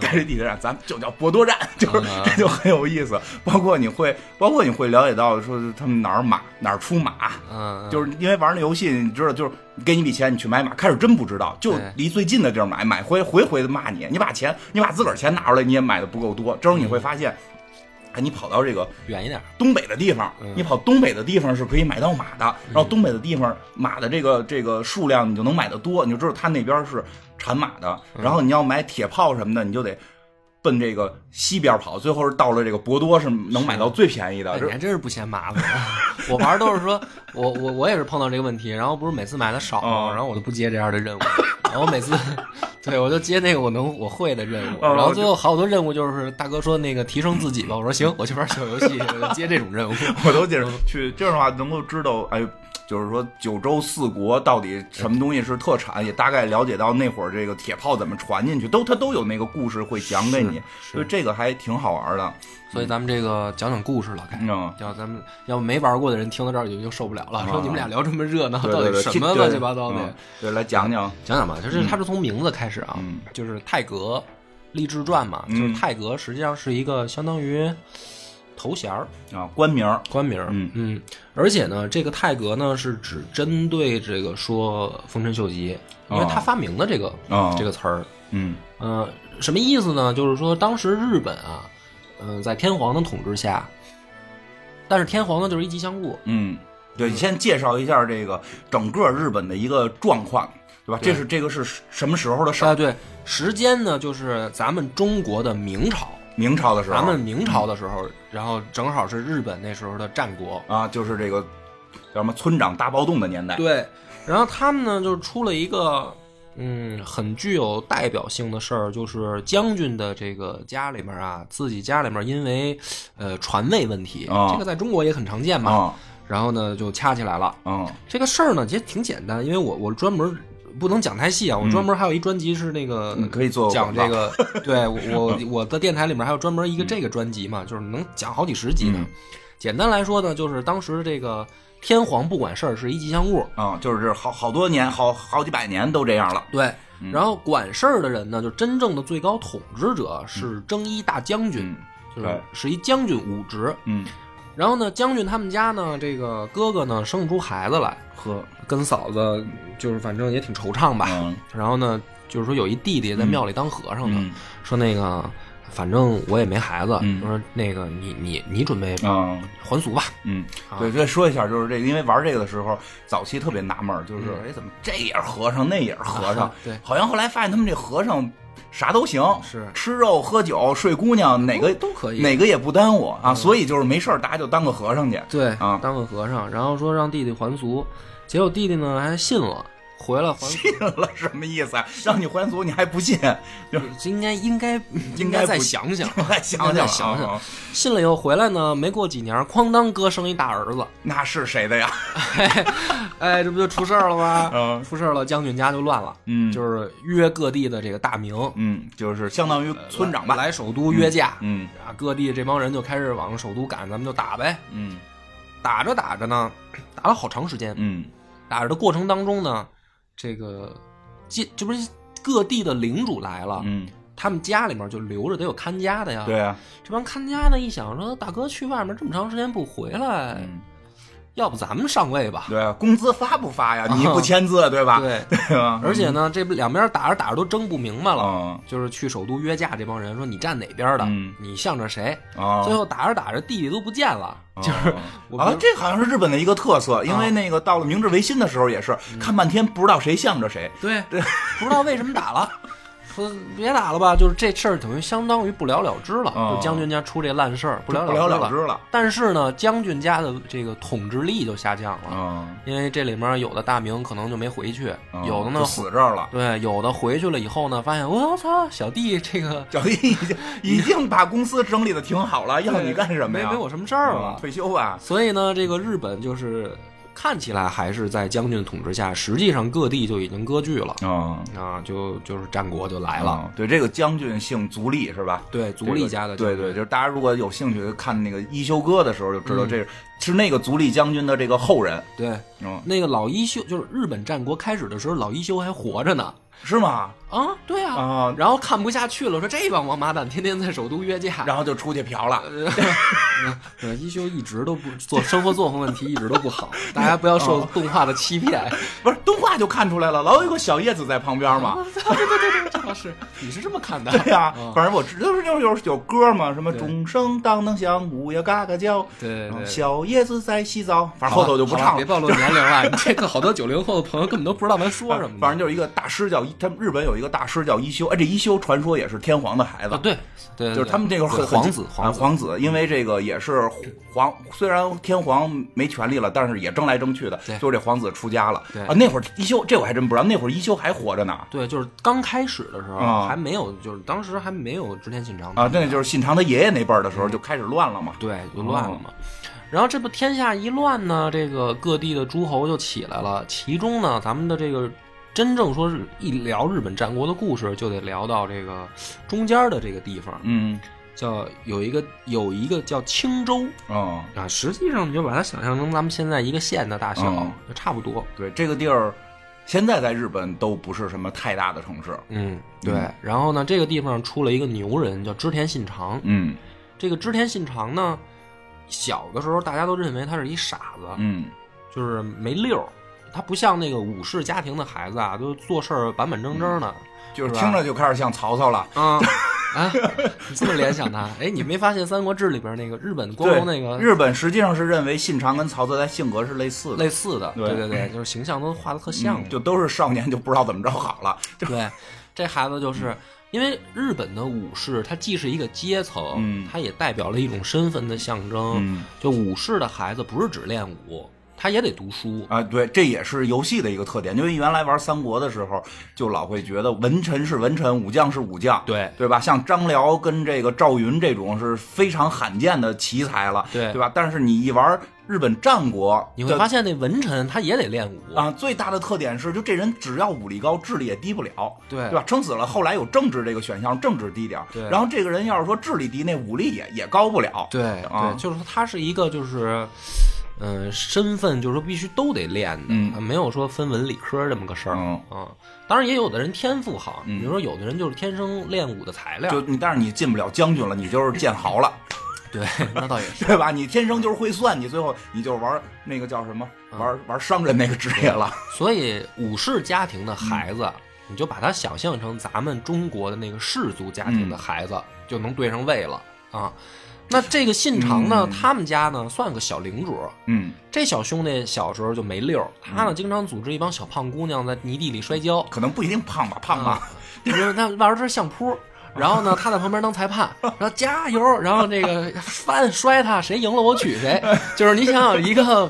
Speaker 2: 盖这地铁站，咱们就叫博多站，就是
Speaker 3: 嗯
Speaker 2: 这就很有意思。包括你会，包括你会了解到说是他们哪儿马哪儿出马，
Speaker 3: 嗯，
Speaker 2: 就是因为玩那游戏，你知道，就是给你一笔钱，你去买马，开始真不知道，就
Speaker 3: 对
Speaker 2: 离最近的地儿买，买回回回的骂你，你把钱，你把自个儿钱拿出来，你也买的不够多，这时候你会发现。哎，你跑到这个
Speaker 3: 远一点，
Speaker 2: 东北的地方
Speaker 3: 嗯，
Speaker 2: 你跑东北的地方是可以买到马的，然后东北的地方马的这个这个数量你就能买的多，你就知道他那边是产马的。
Speaker 3: 嗯
Speaker 2: 然后你要买铁炮什么的，你就得奔这个西边跑，最后是到了这个博多是能买到最便宜的。
Speaker 3: 哎
Speaker 2: 这
Speaker 3: 你还真是不嫌麻烦。啊我玩都是说，我我我也是碰到这个问题，然后不是每次买的少嘛，
Speaker 2: 嗯
Speaker 3: 然后我就不接这样的任务，然后每次， 对我就接那个我能我会的任务，
Speaker 2: 嗯
Speaker 3: 然后最后好多任务就是大哥说那个提升自己吧，我说行，我去玩小游戏，我就接这种任务。
Speaker 2: 我都得去这样的话能够知道，哎，就是说九州四国到底什么东西是特产，也大概了解到那会儿这个铁炮怎么传进去，都它都有那个故事会讲给你，所以这个还挺好玩的。
Speaker 3: 所以咱们这个讲讲故事了，该。
Speaker 2: 嗯，
Speaker 3: 要咱们要不没玩过的人听到这儿就就受不了了，说你们俩聊这么热闹，
Speaker 2: 啊对
Speaker 3: 啊到
Speaker 2: 对
Speaker 3: 底
Speaker 2: 对，
Speaker 3: 什
Speaker 2: 听
Speaker 3: 么
Speaker 2: 对
Speaker 3: 乱七八糟的
Speaker 2: 嗯？对，来讲讲。
Speaker 3: 讲讲吧，就是它是从名字开始啊，
Speaker 2: 嗯
Speaker 3: 就是泰格励志传嘛，
Speaker 2: 嗯
Speaker 3: 就是泰格实际上是一个相当于头衔儿、
Speaker 2: 啊，官名儿
Speaker 3: 官名儿，
Speaker 2: 嗯
Speaker 3: 而且呢，这个泰格呢是只针对这个说丰臣秀吉，因为
Speaker 2: 哦
Speaker 3: 他发明的这个、
Speaker 2: 哦
Speaker 3: 这个词儿，
Speaker 2: 嗯
Speaker 3: 呃，什么意思呢？就是说当时日本啊，嗯、在天皇的统治下，但是天皇呢就是一吉祥物，
Speaker 2: 嗯，对，你先介绍一下这个整个日本的一个状况，对吧？这是这个是什么时候的事儿？
Speaker 3: 啊，对，时间呢就是咱们中国的明朝。
Speaker 2: 明朝的时候，
Speaker 3: 咱们明朝的时候，然后正好是日本那时候的战国，
Speaker 2: 啊，就是这个叫什么村长大暴动的年代。
Speaker 3: 对。然后他们呢，就是出了一个嗯，很具有代表性的事儿，就是将军的这个家里面啊，自己家里面因为呃传位问题，
Speaker 2: 啊
Speaker 3: 这个在中国也很常见嘛。
Speaker 2: 啊
Speaker 3: 然后呢，就掐起来了。
Speaker 2: 嗯
Speaker 3: 这个事儿呢，其实挺简单，因为我我专门不能讲太细啊，我专门还有一专辑是那个、
Speaker 2: 嗯可以做
Speaker 3: 讲
Speaker 2: 广
Speaker 3: 这
Speaker 2: 告
Speaker 3: 个，对我我我的电台里面还有专门一个这个专辑嘛，就是能讲好几十集呢。
Speaker 2: 嗯
Speaker 3: 简单来说呢，就是当时这个天皇不管事儿是一吉祥物，
Speaker 2: 嗯，就是这好好多年，好好几百年都这样了。
Speaker 3: 对，
Speaker 2: 嗯
Speaker 3: 然后管事儿的人呢，就真正的最高统治者是征一大将军，
Speaker 2: 嗯
Speaker 3: 就
Speaker 2: 对
Speaker 3: 是是一将军武职。
Speaker 2: 嗯，
Speaker 3: 然后呢，将军他们家呢，这个哥哥呢生不出孩子来，
Speaker 2: 呵，
Speaker 3: 跟嫂子就是反正也挺惆怅吧。
Speaker 2: 嗯
Speaker 3: 然后呢，就是说有一弟弟在庙里当和尚呢，
Speaker 2: 嗯
Speaker 3: 说那个反正我也没孩子，
Speaker 2: 嗯
Speaker 3: 我说那个你你你准备
Speaker 2: 嗯
Speaker 3: 还俗吧。
Speaker 2: 嗯
Speaker 3: 啊，
Speaker 2: 对，再说一下，就是这个，因为玩这个的时候，早期特别纳闷儿，就是哎，怎么这也是和尚，那也是和尚
Speaker 3: 嗯啊？对
Speaker 2: 好像后来发现他们这和尚啥都行，
Speaker 3: 是
Speaker 2: 吃肉、喝酒、睡姑娘，哪个
Speaker 3: 都都可以嗯
Speaker 2: 哪个也不耽误啊。所以就是没事儿，大家就当个和尚去。
Speaker 3: 对，
Speaker 2: 啊
Speaker 3: 当个和尚，然后说让弟弟还俗，结果弟弟呢还信了，回来还俗。
Speaker 2: 信了什么意思啊？让你还俗，你还不信？
Speaker 3: 应该应该
Speaker 2: 应
Speaker 3: 该
Speaker 2: 该
Speaker 3: 再
Speaker 2: 不
Speaker 3: 想想，
Speaker 2: 还想
Speaker 3: 应
Speaker 2: 想
Speaker 3: 该再想
Speaker 2: 啊
Speaker 3: 想
Speaker 2: 啊。
Speaker 3: 信了以后回来呢，没过几年，哐当哥生一大儿子，
Speaker 2: 那是谁的呀？
Speaker 3: 哎，这不就出事儿了吗？
Speaker 2: 嗯
Speaker 3: 出事儿了，将军家就乱了，
Speaker 2: 嗯
Speaker 3: 就是约各地的这个大名，
Speaker 2: 嗯，就是相当于村长吧。
Speaker 3: 呃来首都约架，
Speaker 2: 嗯
Speaker 3: 啊，各地这帮人就开始往首都赶，咱们就打呗。
Speaker 2: 嗯
Speaker 3: 打着打着呢，打了好长时间，
Speaker 2: 嗯
Speaker 3: 打着的过程当中呢，这个这这不是各地的领主来了，
Speaker 2: 嗯，
Speaker 3: 他们家里面就留着得有看家的呀，
Speaker 2: 对啊，
Speaker 3: 这帮看家的一想说，大哥去外面这么长时间不回来，
Speaker 2: 嗯
Speaker 3: 要不咱们上位吧？
Speaker 2: 对啊，工资发不发呀？
Speaker 3: 啊
Speaker 2: 你不签字对吧？
Speaker 3: 对，
Speaker 2: 对吧？
Speaker 3: 而且呢，这不两边打着打着都争不明白了，
Speaker 2: 嗯
Speaker 3: 就是去首都约架这帮人说你站哪边的，
Speaker 2: 嗯
Speaker 3: 你向着谁，
Speaker 2: 啊
Speaker 3: 最后打着打着弟弟都不见了，
Speaker 2: 就是
Speaker 3: 我啊不
Speaker 2: 啊，这好像是日本的一个特色，因为那个到了明治维新的时候也是
Speaker 3: 嗯
Speaker 2: 看半天不知道谁向着谁。
Speaker 3: 对，不知道为什么打了。说别打了吧，就是这事儿等于相当于不了了之了，
Speaker 2: 哦
Speaker 3: 就将军家出这烂事儿，不了
Speaker 2: 不了
Speaker 3: 了
Speaker 2: 之
Speaker 3: 了。
Speaker 2: 了。
Speaker 3: 但是呢，将军家的这个统治力就下降了，
Speaker 2: 嗯，
Speaker 3: 因为这里面有的大名可能就没回去，
Speaker 2: 嗯
Speaker 3: 有的呢
Speaker 2: 就死这儿了，
Speaker 3: 对，有的回去了以后呢，发现我操，小弟这个
Speaker 2: 小弟已 经已经把公司整理的挺好了， 要你干什么
Speaker 3: 没
Speaker 2: 呀？
Speaker 3: 没我什么事儿了
Speaker 2: 嗯。退休吧。
Speaker 3: 所以呢，这个日本就是看起来还是在将军统治下，实际上各地就已经割据了
Speaker 2: 嗯，
Speaker 3: 啊，就就是战国就来了。
Speaker 2: 嗯对这个将军姓足利是吧？
Speaker 3: 对，足利家的
Speaker 2: 这个对对，就是大家如果有兴趣看那个一休哥的时候，就知道
Speaker 3: 嗯
Speaker 2: 这是是那个足利将军的这个后人，
Speaker 3: 对，
Speaker 2: 嗯，
Speaker 3: 那个老一休就是日本战国开始的时候，老一休还活着呢
Speaker 2: 是吗？
Speaker 3: 啊，对啊，
Speaker 2: 啊，
Speaker 3: 然后看不下去了，说这帮王八蛋天天在首都约架。
Speaker 2: 然后就出去嫖了。
Speaker 3: 呃，一休一直都不做生活作风问题一直都不 好，大家不要
Speaker 2: 啊
Speaker 3: 受动画的欺骗。
Speaker 2: 不是动画就看出来了，老有一个小叶子在旁边嘛。
Speaker 3: 对对对对，这倒是，你是这么看的？
Speaker 2: 对呀、
Speaker 3: 嗯
Speaker 2: 反正我知就是就是有有歌嘛，什么
Speaker 3: 对
Speaker 2: 钟声当当响，午夜嘎嘎叫，
Speaker 3: 对对
Speaker 2: 然后
Speaker 3: 对。
Speaker 2: 小叶子在洗澡。反 正后头就不
Speaker 3: 好
Speaker 2: 唱
Speaker 3: 了别
Speaker 2: 了。
Speaker 3: 暴露年龄了，你这个好多九零后的朋友根本都不知道咱说什么呢。
Speaker 2: 反正就是一个大师叫他们日本有一个大师叫一休，哎，这一休传说也是天皇的孩子，
Speaker 3: 啊，对对，对
Speaker 2: 就是他们这个
Speaker 3: 对
Speaker 2: 很很
Speaker 3: 皇子
Speaker 2: 啊
Speaker 3: 皇子，
Speaker 2: 皇子，因为这个也是皇，虽然天皇没权利了，但是也争来争去的
Speaker 3: 对，
Speaker 2: 就是这皇子出家了
Speaker 3: 对
Speaker 2: 啊。那会儿一休，这我还真不知道，那会儿一休还活着呢
Speaker 3: 对，就是刚开始的时候
Speaker 2: 啊
Speaker 3: 还没有，就是当时还没有织田信长
Speaker 2: 啊，那就是信长他爷爷那辈儿的时候
Speaker 3: 嗯
Speaker 2: 就开始乱了嘛。
Speaker 3: 对，就乱了嘛。然后这不天下一乱呢，这个各地的诸侯就起来了。其中呢，咱们的这个真正说是一聊日本战国的故事，就得聊到这个中间的这个地方，
Speaker 2: 嗯，
Speaker 3: 叫有一个有一个叫青州
Speaker 2: 哦，
Speaker 3: 啊。实际上你就把它想象成咱们现在一个县的大小
Speaker 2: 嗯，
Speaker 3: 就差不多。
Speaker 2: 对，这个地儿现在在日本都不是什么太大的城市。
Speaker 3: 嗯，对
Speaker 2: 嗯。
Speaker 3: 然后呢，这个地方出了一个牛人，叫织田信长。
Speaker 2: 嗯
Speaker 3: 这个织田信长呢，小的时候大家都认为他是一傻子，
Speaker 2: 嗯
Speaker 3: 就是没溜儿。他不像那个武士家庭的孩子啊，都做事儿板板正正的。
Speaker 2: 就是
Speaker 3: 是吧
Speaker 2: 听着就开始像曹操了。
Speaker 3: 啊啊！ 你这么联想他？哎，你没发现《三国志》里边那个日本光
Speaker 2: 对，
Speaker 3: 荣那个
Speaker 2: 日本实际上是认为信长跟曹操在性格是类似的，
Speaker 3: 类似的？
Speaker 2: 对
Speaker 3: 对对对，就是形象都画的特像
Speaker 2: 嗯。就都是少年就不知道怎么着好了。
Speaker 3: 对，这孩
Speaker 2: 嗯
Speaker 3: 子就是因为日本的武士，他既是一个阶层，
Speaker 2: 嗯
Speaker 3: 嗯他也代表了一种身份的象征。就武士的孩子不是只练武，他也得读书。
Speaker 2: 啊，对，这也是游戏的一个特点，因为原来玩三国的时候，就老会觉得文臣是文臣，武将是武将，
Speaker 3: 对
Speaker 2: 对吧？像张辽跟这个赵云这种是非常罕见的奇才了，
Speaker 3: 对
Speaker 2: 对吧？但是你一玩日本战国，
Speaker 3: 你会发现那文臣他也得练武，
Speaker 2: 啊，最大的特点是，就这人只要武力高，智力也低不了，
Speaker 3: 对
Speaker 2: 对吧？撑死了，后来有政治这个选项，政治低点儿
Speaker 3: 对
Speaker 2: 然后这个人要是说智力低，那武力也也高不了，
Speaker 3: 对
Speaker 2: 啊
Speaker 3: 对，就是说他是一个就是，嗯、身份就是说必须都得练的，
Speaker 2: 嗯
Speaker 3: 没有说分文理科这么个事儿。
Speaker 2: 嗯
Speaker 3: 啊，当然也有的人天赋好，
Speaker 2: 嗯
Speaker 3: 比如说有的人就是天生练武的材料，
Speaker 2: 就你，但是你进不了将军了，你就是剑豪了，
Speaker 3: 对，那倒也是。
Speaker 2: 对吧？你天生就是会算，你最后你就玩那个叫什么，玩
Speaker 3: 嗯
Speaker 2: 玩商人那个职业了。
Speaker 3: 所以武士家庭的
Speaker 2: 嗯
Speaker 3: 孩子，你就把他想象成咱们中国的那个氏族家
Speaker 2: 嗯
Speaker 3: 庭的孩子，就能对上位了啊。那这个信长呢，
Speaker 2: 嗯
Speaker 3: 他们家呢算个小领主，
Speaker 2: 嗯，
Speaker 3: 这小兄弟小时候就没溜儿，他呢经常组织一帮小胖姑娘在泥地里摔跤，
Speaker 2: 可能不一定胖吧，胖吧，
Speaker 3: 就是他玩的是相扑，然后呢，他在旁边当裁判，然后加油，然后那个翻摔他，谁赢了我娶谁。就是你想想一个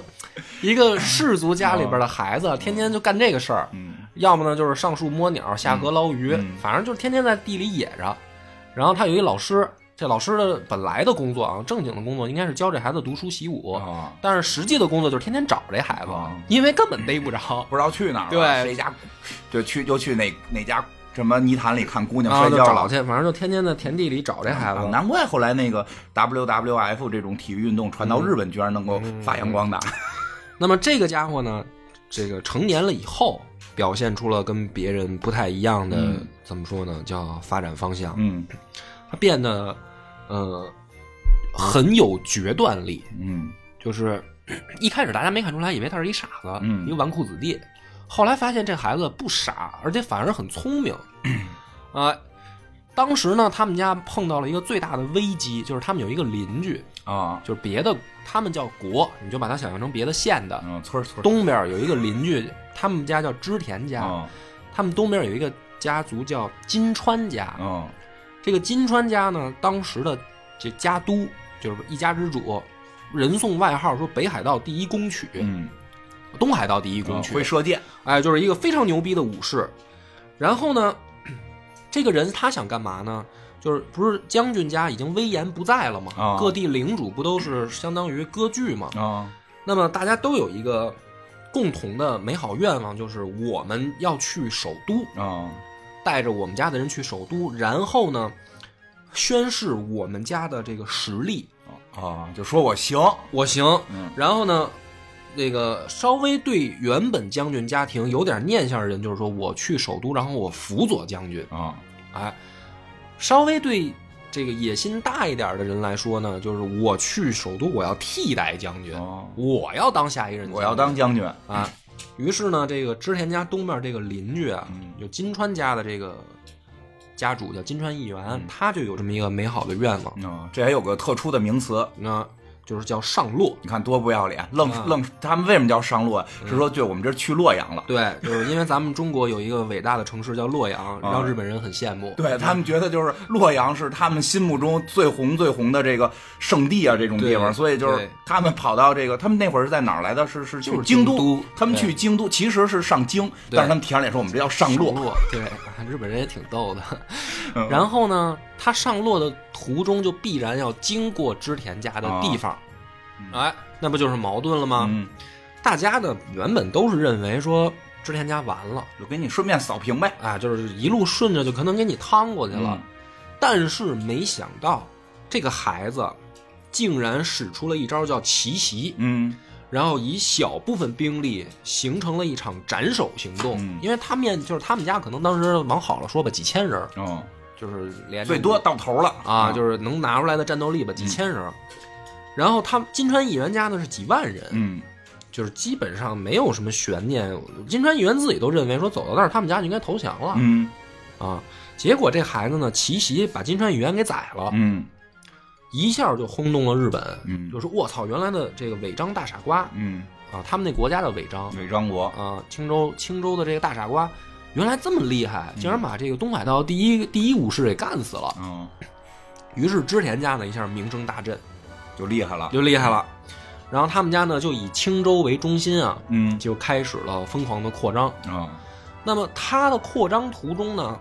Speaker 3: 一个氏族家里边的孩子，天天就干这个事儿，
Speaker 2: 嗯
Speaker 3: 要么呢就是上树摸鸟，下河捞鱼，
Speaker 2: 嗯嗯
Speaker 3: 反正就是天天在地里野着。然后他有一老师，这老师的本来的工作啊，正经的工作应该是教这孩子读书习武，
Speaker 2: 啊，
Speaker 3: 但是实际的工作就是天天找这孩子，
Speaker 2: 哦
Speaker 3: 因为根本逮不着。
Speaker 2: 不知道去哪儿了，
Speaker 3: 对
Speaker 2: 谁家就去就去哪哪家什么泥潭里看姑娘
Speaker 3: 然后
Speaker 2: 摔
Speaker 3: 啊就
Speaker 2: 跤
Speaker 3: 找
Speaker 2: 了。
Speaker 3: 去，反正就天天在田地里找这孩子。
Speaker 2: 啊，难怪后来那个 WWF 这种体育运动传到日本，居然能够
Speaker 3: 嗯
Speaker 2: 发扬光大。
Speaker 3: 那么这个家伙呢，这个成年了以后，表现出了跟别人不太一样的，
Speaker 2: 嗯
Speaker 3: 怎么说呢？叫发展方向。
Speaker 2: 嗯
Speaker 3: 他变得，呃，很有决断力。
Speaker 2: 嗯
Speaker 3: 就是 一开始大家没看出来，以为他是一傻子，
Speaker 2: 嗯
Speaker 3: 一个纨绔子弟。后来发现这孩子不傻，而且反而很聪明。啊、当时呢，他们家碰到了一个最大的危机，就是他们有一个邻居，
Speaker 2: 啊
Speaker 3: 就是别的，他们叫国，你就把它想象成别的县的。
Speaker 2: 嗯，村儿村儿
Speaker 3: 东边有一个邻居，他们家叫织田家，
Speaker 2: 啊
Speaker 3: 他们东边有一个家族叫金川家。
Speaker 2: 嗯
Speaker 3: 这个金川家呢，当时的这家督就是一家之主，人送外号说北海道第一弓曲，
Speaker 2: 嗯，
Speaker 3: 东海道第一
Speaker 2: 啊
Speaker 3: 弓曲，
Speaker 2: 会射箭，
Speaker 3: 哎，就是一个非常牛逼的武士。然后呢，这个人他想干嘛呢？就是不是将军家已经威严不在了吗？
Speaker 2: 啊
Speaker 3: 各地领主不都是相当于割据吗？
Speaker 2: 啊
Speaker 3: 那么大家都有一个共同的美好愿望，就是我们要去首都，
Speaker 2: 啊
Speaker 3: 带着我们家的人去首都，然后呢，宣示我们家的这个实力，
Speaker 2: 啊，就说我行，
Speaker 3: 我行。
Speaker 2: 嗯
Speaker 3: 然后呢，那个稍微对原本将军家庭有点念想的人，就是说我去首都，然后我辅佐将军。
Speaker 2: 啊
Speaker 3: 哎，稍微对这个野心大一点的人来说呢，就是我去首都，我要替代将军，
Speaker 2: 哦
Speaker 3: 我要当下一任将军，
Speaker 2: 我要当将军，
Speaker 3: 啊。于是呢，这个织田家东面这个邻居啊
Speaker 2: 嗯，
Speaker 3: 有金川家的这个家主叫金川义
Speaker 2: 嗯
Speaker 3: 元，他就有这么一个美好的愿望，
Speaker 2: 啊，这还有个特殊的名词。
Speaker 3: 那就是叫上洛。
Speaker 2: 你看多不要脸，愣
Speaker 3: 啊嗯
Speaker 2: 愣，他们为什么叫上洛？是说对我们这儿去洛阳了。
Speaker 3: 对，就是因为咱们中国有一个伟大的城市叫洛阳，让日本人很羡慕。
Speaker 2: 啊对他们觉得就是洛阳是他们心目中最红最红的这个圣地啊，这种地
Speaker 3: 对
Speaker 2: 方，所以就是
Speaker 3: 对
Speaker 2: 他们跑到这个，他们那会儿是在哪儿来的？是是去
Speaker 3: 就是
Speaker 2: 京
Speaker 3: 京都
Speaker 2: 他们
Speaker 3: 对
Speaker 2: 去京都其实是上京，
Speaker 3: 对
Speaker 2: 但是他们提上脸说我们这叫上洛嗯
Speaker 3: 上洛，对，啊日本人也挺逗的。然后呢，他上洛的途中就必然要经过织田家的地方，哎，那不就是矛盾了吗？
Speaker 2: 啊嗯，
Speaker 3: 大家呢原本都是认为说织田家完了。
Speaker 2: 就给你顺便扫平呗。
Speaker 3: 啊，就是一路顺着就可能给你趟过去了。
Speaker 2: 嗯
Speaker 3: 但是没想到，这个孩子竟然使出了一招叫奇袭，
Speaker 2: 嗯
Speaker 3: 然后以小部分兵力形成了一场斩首行动。
Speaker 2: 嗯
Speaker 3: 因为他面就是他们家可能当时往好了说吧，几千人儿，
Speaker 2: 哦，
Speaker 3: 就是连着
Speaker 2: 最多嗯到头了
Speaker 3: 哎
Speaker 2: 嗯
Speaker 3: 啊，就是能拿出来的战斗力吧，几千人儿。然后他们金川议员家呢是几万人，
Speaker 2: 嗯
Speaker 3: 就是基本上没有什么悬念。金川议员自己都认为说走到那儿他们家就应该投降了，
Speaker 2: 嗯
Speaker 3: 啊，结果这孩子呢，奇袭把金川宇元给宰了，
Speaker 2: 嗯
Speaker 3: 一下就轰动了日本。
Speaker 2: 嗯
Speaker 3: 就是我操，原来的这个违章大傻瓜
Speaker 2: 嗯，
Speaker 3: 啊，他们那国家叫违章
Speaker 2: 伪张国
Speaker 3: 啊，青州青州的这个大傻瓜，原来这么厉害，竟然把这个东海道第一第一武士给干死了。
Speaker 2: 嗯
Speaker 3: 于是织田家呢一下名声大振，
Speaker 2: 就厉害了。
Speaker 3: 就厉害了。然后他们家呢就以青州为中心啊，
Speaker 2: 嗯
Speaker 3: 就开始了疯狂的扩张。
Speaker 2: 啊
Speaker 3: 那么它的扩张途中呢，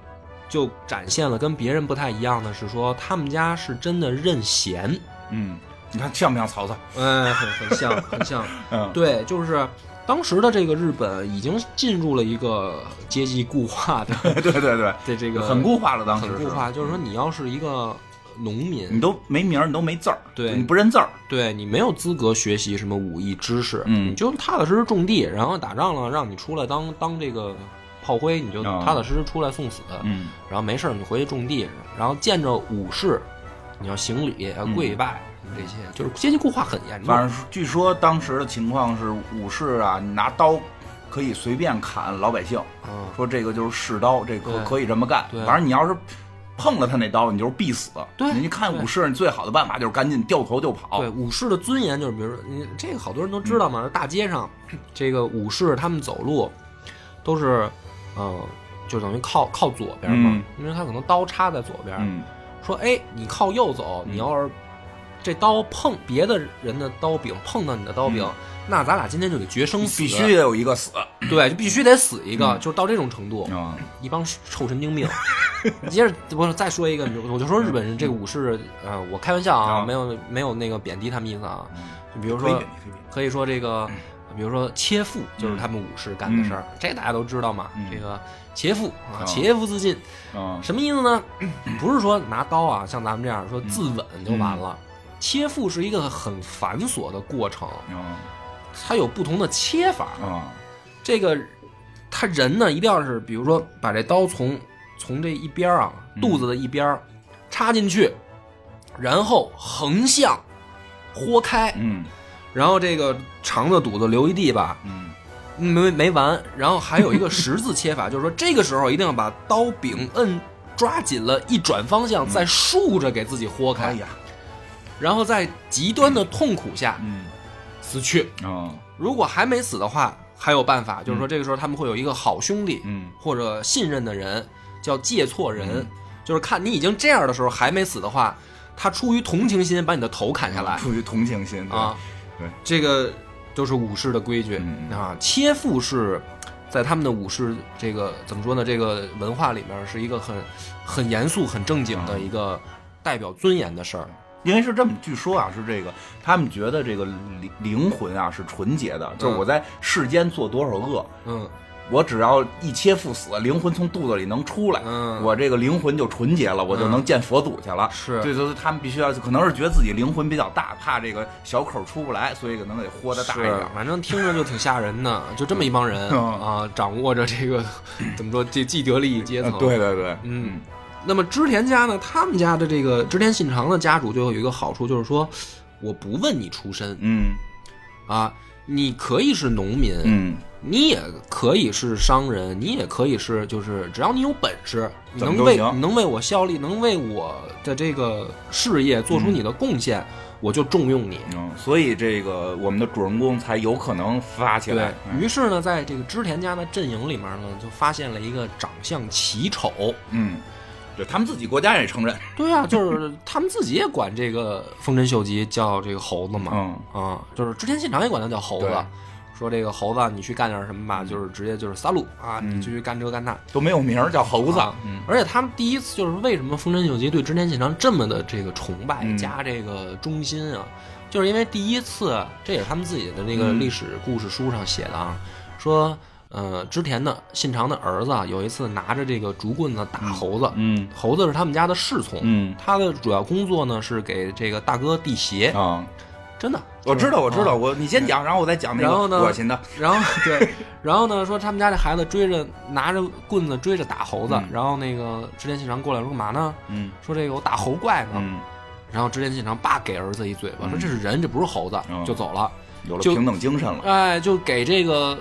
Speaker 3: 就展现了跟别人不太一样的是说，他们家是真的认闲，
Speaker 2: 嗯，你看像不像曹操？
Speaker 3: 哎，很很像，很像。
Speaker 2: 嗯，
Speaker 3: 对，就是当时的这个日本已经进入了一个阶级固化的
Speaker 2: 对对对
Speaker 3: 的这
Speaker 2: 对，
Speaker 3: 个
Speaker 2: 很固化了，当时
Speaker 3: 很
Speaker 2: 是嗯
Speaker 3: 固化，就是说你要是一个农
Speaker 2: 你
Speaker 3: 民，
Speaker 2: 都没名儿，你都没字儿，
Speaker 3: 对
Speaker 2: 你不认字儿，
Speaker 3: 对你没有资格学习什么武艺知识，
Speaker 2: 嗯
Speaker 3: 你就踏踏实实种地，然后打仗了让你出来当当这个炮灰，你就
Speaker 2: 啊
Speaker 3: 踏踏实实出来送死，
Speaker 2: 嗯
Speaker 3: 然后没事儿你回去种地，然后见着武士你要行礼、要跪拜。这些就是阶级固化很严重，
Speaker 2: 嗯反正据说当时的情况是，武士啊，你拿刀可以随便砍老百姓，
Speaker 3: 嗯，
Speaker 2: 说这个就是士刀，这可
Speaker 3: 对
Speaker 2: 可以这么干。
Speaker 3: 对
Speaker 2: 反正你要是碰了他那刀，你就是必死。
Speaker 3: 对
Speaker 2: 你看
Speaker 3: 对
Speaker 2: 武士，你最好的办法就是赶紧掉头就跑
Speaker 3: 对，。武士的尊严就是，比如说，你这个好多人都知道
Speaker 2: 嗯
Speaker 3: 嘛，大 街上这个武士他们走路都是，呃，就等于靠靠左边嘛，因为他可能刀插在左边，
Speaker 2: 嗯，
Speaker 3: 说，哎，你靠右走，
Speaker 2: 嗯
Speaker 3: 你要是这刀碰别的人的刀柄碰到你的刀柄，那咱俩今天就得决生死，
Speaker 2: 嗯必须得有一个死。
Speaker 3: 对，就必须得死一个，
Speaker 2: 嗯
Speaker 3: 就是到这种程度，
Speaker 2: 啊，
Speaker 3: 一帮臭 神经病。接着我说再说一个，我就说日本人这个武士，呃，我开玩笑啊，
Speaker 2: 啊
Speaker 3: 没有没有那个贬低他们意思啊。
Speaker 2: 嗯
Speaker 3: 就比如
Speaker 2: 可以
Speaker 3: 说嗯
Speaker 2: 比，可以比
Speaker 3: 可以说这个，比如说切腹就是他们武士干的事儿，这大家都知道嘛。
Speaker 2: 嗯
Speaker 3: 这个切腹啊，
Speaker 2: 啊
Speaker 3: 切腹自尽，
Speaker 2: 啊，
Speaker 3: 什么意思呢？ 不是说拿刀啊，像咱们这样说自刎就完了。切腹是一个很繁琐的过程，
Speaker 2: 啊
Speaker 3: 它有不同的切法。
Speaker 2: 啊，
Speaker 3: 这个他人呢，一定要是比如说把这刀从从这一边儿啊，肚子的一边儿插进去，然后横向豁开，
Speaker 2: 嗯
Speaker 3: 然后这个肠子、肚子留一地吧，
Speaker 2: 嗯
Speaker 3: 没没完。然后还有一个十字切法， 就是说这个时候一定要把刀柄摁抓紧了，一转方向，再竖着给自己豁
Speaker 2: 哎
Speaker 3: 开，
Speaker 2: 呀，
Speaker 3: 然后在极端的痛苦下
Speaker 2: 嗯
Speaker 3: 死去。
Speaker 2: 啊
Speaker 3: 如果还没死的话，还有办法，就是说这个时候他们会有一个好兄弟，
Speaker 2: 嗯
Speaker 3: 或者信任的人叫借错人，就是看你已经这样的时候还没死的话，他出于同情心把你的头砍下来
Speaker 2: 出于同情心
Speaker 3: 啊，。
Speaker 2: 对对
Speaker 3: 这个都是武士的规矩、
Speaker 2: 嗯
Speaker 3: 啊。切腹是在他们的武士这个怎么说呢？这个文化里面是一个很很严肃、很正经
Speaker 2: 嗯
Speaker 3: 的一个代表尊严的事儿。
Speaker 2: 因为是这么，据说啊是这个，他们觉得这个灵灵魂啊是纯洁的，就是我在世间做多少恶，
Speaker 3: 嗯
Speaker 2: 我只要一切腹死，灵魂从肚子里能出来，
Speaker 3: 嗯，
Speaker 2: 我这个灵魂就纯洁了，我就能见佛祖去了。
Speaker 3: 是
Speaker 2: 对，就是他们必须要，可能是觉得自己灵魂比较大，怕这个小口出不来，所以可能得豁得大一
Speaker 3: 是
Speaker 2: 点。，
Speaker 3: 反正听着就挺吓人的，就这么一帮人
Speaker 2: 嗯
Speaker 3: 啊，掌握着这个怎么说这既得利益阶层，
Speaker 2: 嗯对对对，
Speaker 3: 嗯，那么织田家呢，他们家的这个织田信长的家主就有一个好处，就是说，我不问你出身
Speaker 2: 嗯
Speaker 3: 啊，你可以是农民，
Speaker 2: 嗯，
Speaker 3: 你也可以是商人，你也可以是就是，只要你有本事，你
Speaker 2: 怎么
Speaker 3: 能
Speaker 2: 都
Speaker 3: 为
Speaker 2: 行
Speaker 3: 你能为我效力，能为我的这个事业做出你的贡献，我就重用你。
Speaker 2: 嗯所以这个我们的主人公才有可能发起来
Speaker 3: 对。
Speaker 2: 嗯
Speaker 3: 于是呢，在这个织田家的阵营里面呢，就发现了一个长相奇丑，
Speaker 2: 嗯，对他们自己国家也承认。
Speaker 3: 对啊，就是他们自己也管这个丰臣秀吉叫这个猴子嘛，
Speaker 2: 嗯
Speaker 3: 啊，就是之前现场也管他叫猴子
Speaker 2: 对，
Speaker 3: 说这个猴子你去干点什么吧，就是直接就是杀戮啊，
Speaker 2: 嗯
Speaker 3: 你就去干这干那。
Speaker 2: 都没有名儿，叫猴子。
Speaker 3: 啊
Speaker 2: 嗯
Speaker 3: 而且他们第一次就是为什么丰臣秀吉对织田信长这么的这个崇拜
Speaker 2: 嗯
Speaker 3: 加这个忠心啊，就是因为第一次，啊这也是他们自己的那个
Speaker 2: 嗯
Speaker 3: 历史故事书上写的啊，说呃织田的信长的儿子啊，有一次拿着这个竹棍子打猴子，
Speaker 2: 嗯
Speaker 3: 猴子是他们家的侍从，
Speaker 2: 嗯
Speaker 3: 他的主要工作呢是给这个大哥递鞋，
Speaker 2: 啊，嗯
Speaker 3: 真的，
Speaker 2: 我知道，
Speaker 3: 啊
Speaker 2: 我知道，我你先讲，然后我再讲那
Speaker 3: 然后
Speaker 2: 个
Speaker 3: 呢
Speaker 2: 恶心的。
Speaker 3: 然后对，然后呢说他们家这孩子追着拿着棍子追着打猴子，
Speaker 2: 嗯
Speaker 3: 然后那个织田信长过来说干嘛呢？
Speaker 2: 嗯
Speaker 3: 说这个我打猴怪呢。
Speaker 2: 嗯，
Speaker 3: 然后织田信长爸给儿子一嘴巴，
Speaker 2: 嗯
Speaker 3: 说这是人，这不是猴子，
Speaker 2: 嗯
Speaker 3: 就走了。
Speaker 2: 有了
Speaker 3: 就
Speaker 2: 平等精神了。
Speaker 3: 哎，就给这个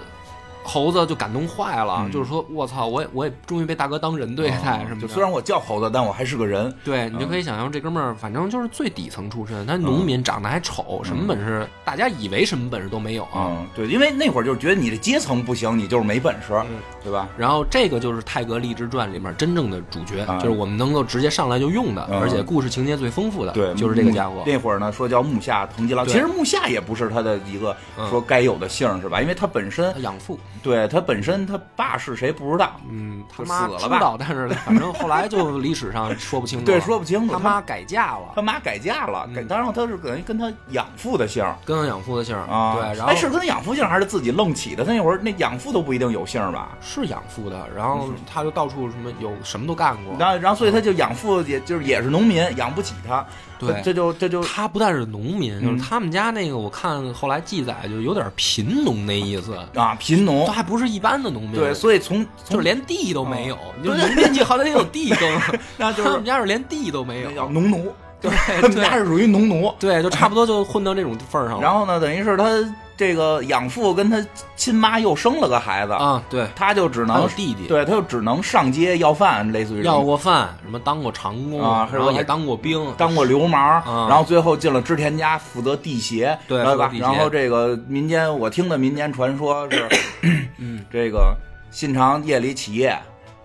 Speaker 3: 猴子就感动坏了，就是说我操，我也我也终于被大哥当人对待什
Speaker 2: 嗯啊哦
Speaker 3: 么的。
Speaker 2: 就虽然我嗯叫猴子，但我还是个人。
Speaker 3: 对你就可以想象这哥们儿，反正就是最底层出身，他
Speaker 2: 嗯
Speaker 3: 农民，长得还丑，什么本事？大家以为什么本事都没有啊。
Speaker 2: 嗯，对，因为那会儿就是觉得你这阶层不行，你就是没本事，对吧？
Speaker 3: 然后这个就是《泰格励志传》里面真正的主角，
Speaker 2: 啊
Speaker 3: 就是我们能够直接上来就用的，
Speaker 2: 嗯
Speaker 3: 而且故事情节最丰富的，
Speaker 2: 对，嗯
Speaker 3: 就是这个家伙。
Speaker 2: 那会儿呢，说叫木下藤吉郎，
Speaker 3: 对嗯
Speaker 2: 其实木下也不是他的一个说该有的姓儿是吧？因为他本身
Speaker 3: 他，养父，
Speaker 2: 对他本身他爸是谁不知道，
Speaker 3: 嗯，他
Speaker 2: 就
Speaker 3: 妈
Speaker 2: 死了
Speaker 3: 知
Speaker 2: 吧
Speaker 3: 道，但是反正后来就历史上说 不清楚了。
Speaker 2: 对，说不清楚。
Speaker 3: 他妈改嫁了，
Speaker 2: 他妈改嫁了，改
Speaker 3: 嗯
Speaker 2: 当然他是等于跟他养父的姓儿
Speaker 3: 跟他养父的姓儿
Speaker 2: 啊，
Speaker 3: 对，然后
Speaker 2: 哎，是跟他养父姓儿还是自己愣起的？他那会儿那养父都不一定有姓儿吧？
Speaker 3: 是养父的，
Speaker 2: 嗯
Speaker 3: 然后他就到处什么有什么都干过。
Speaker 2: 然后，然后，所以他就养父，也就是也是农民，养不起他，
Speaker 3: 对
Speaker 2: 这嗯就这就
Speaker 3: 他不但是农民，就是他们家那个，我看后来记载就有点贫农那意思，
Speaker 2: 啊贫农
Speaker 3: 他，还不是一般的农民，
Speaker 2: 对，所以从
Speaker 3: 就
Speaker 2: 从
Speaker 3: 是连地都没有，你就
Speaker 2: 对
Speaker 3: 农民去好歹得 有地耕，
Speaker 2: 那就
Speaker 3: 他们
Speaker 2: 是
Speaker 3: 家是连地都没
Speaker 2: 叫
Speaker 3: 有，
Speaker 2: 农奴，
Speaker 3: 对
Speaker 2: 他们家
Speaker 3: 对嗯
Speaker 2: 是属于农奴。
Speaker 3: 对，就差不多就混到这种份儿上了。
Speaker 2: 然后呢，等于是他这个养父跟他亲妈又生了个孩子，
Speaker 3: 啊，对，
Speaker 2: 他就只
Speaker 3: 还有
Speaker 2: 能
Speaker 3: 弟弟，
Speaker 2: 对，他就只能上街要饭，类似于这种
Speaker 3: 要过饭，什么当过长工
Speaker 2: 啊
Speaker 3: 然后
Speaker 2: 还
Speaker 3: 也当过兵，
Speaker 2: 当过流氓，
Speaker 3: 啊
Speaker 2: 然后最后进了织田家负责地协，
Speaker 3: 对
Speaker 2: 然后吧
Speaker 3: 负责地协
Speaker 2: 然后这个民间我听的民间传说 是，
Speaker 3: 嗯，
Speaker 2: 这个信长夜里起夜，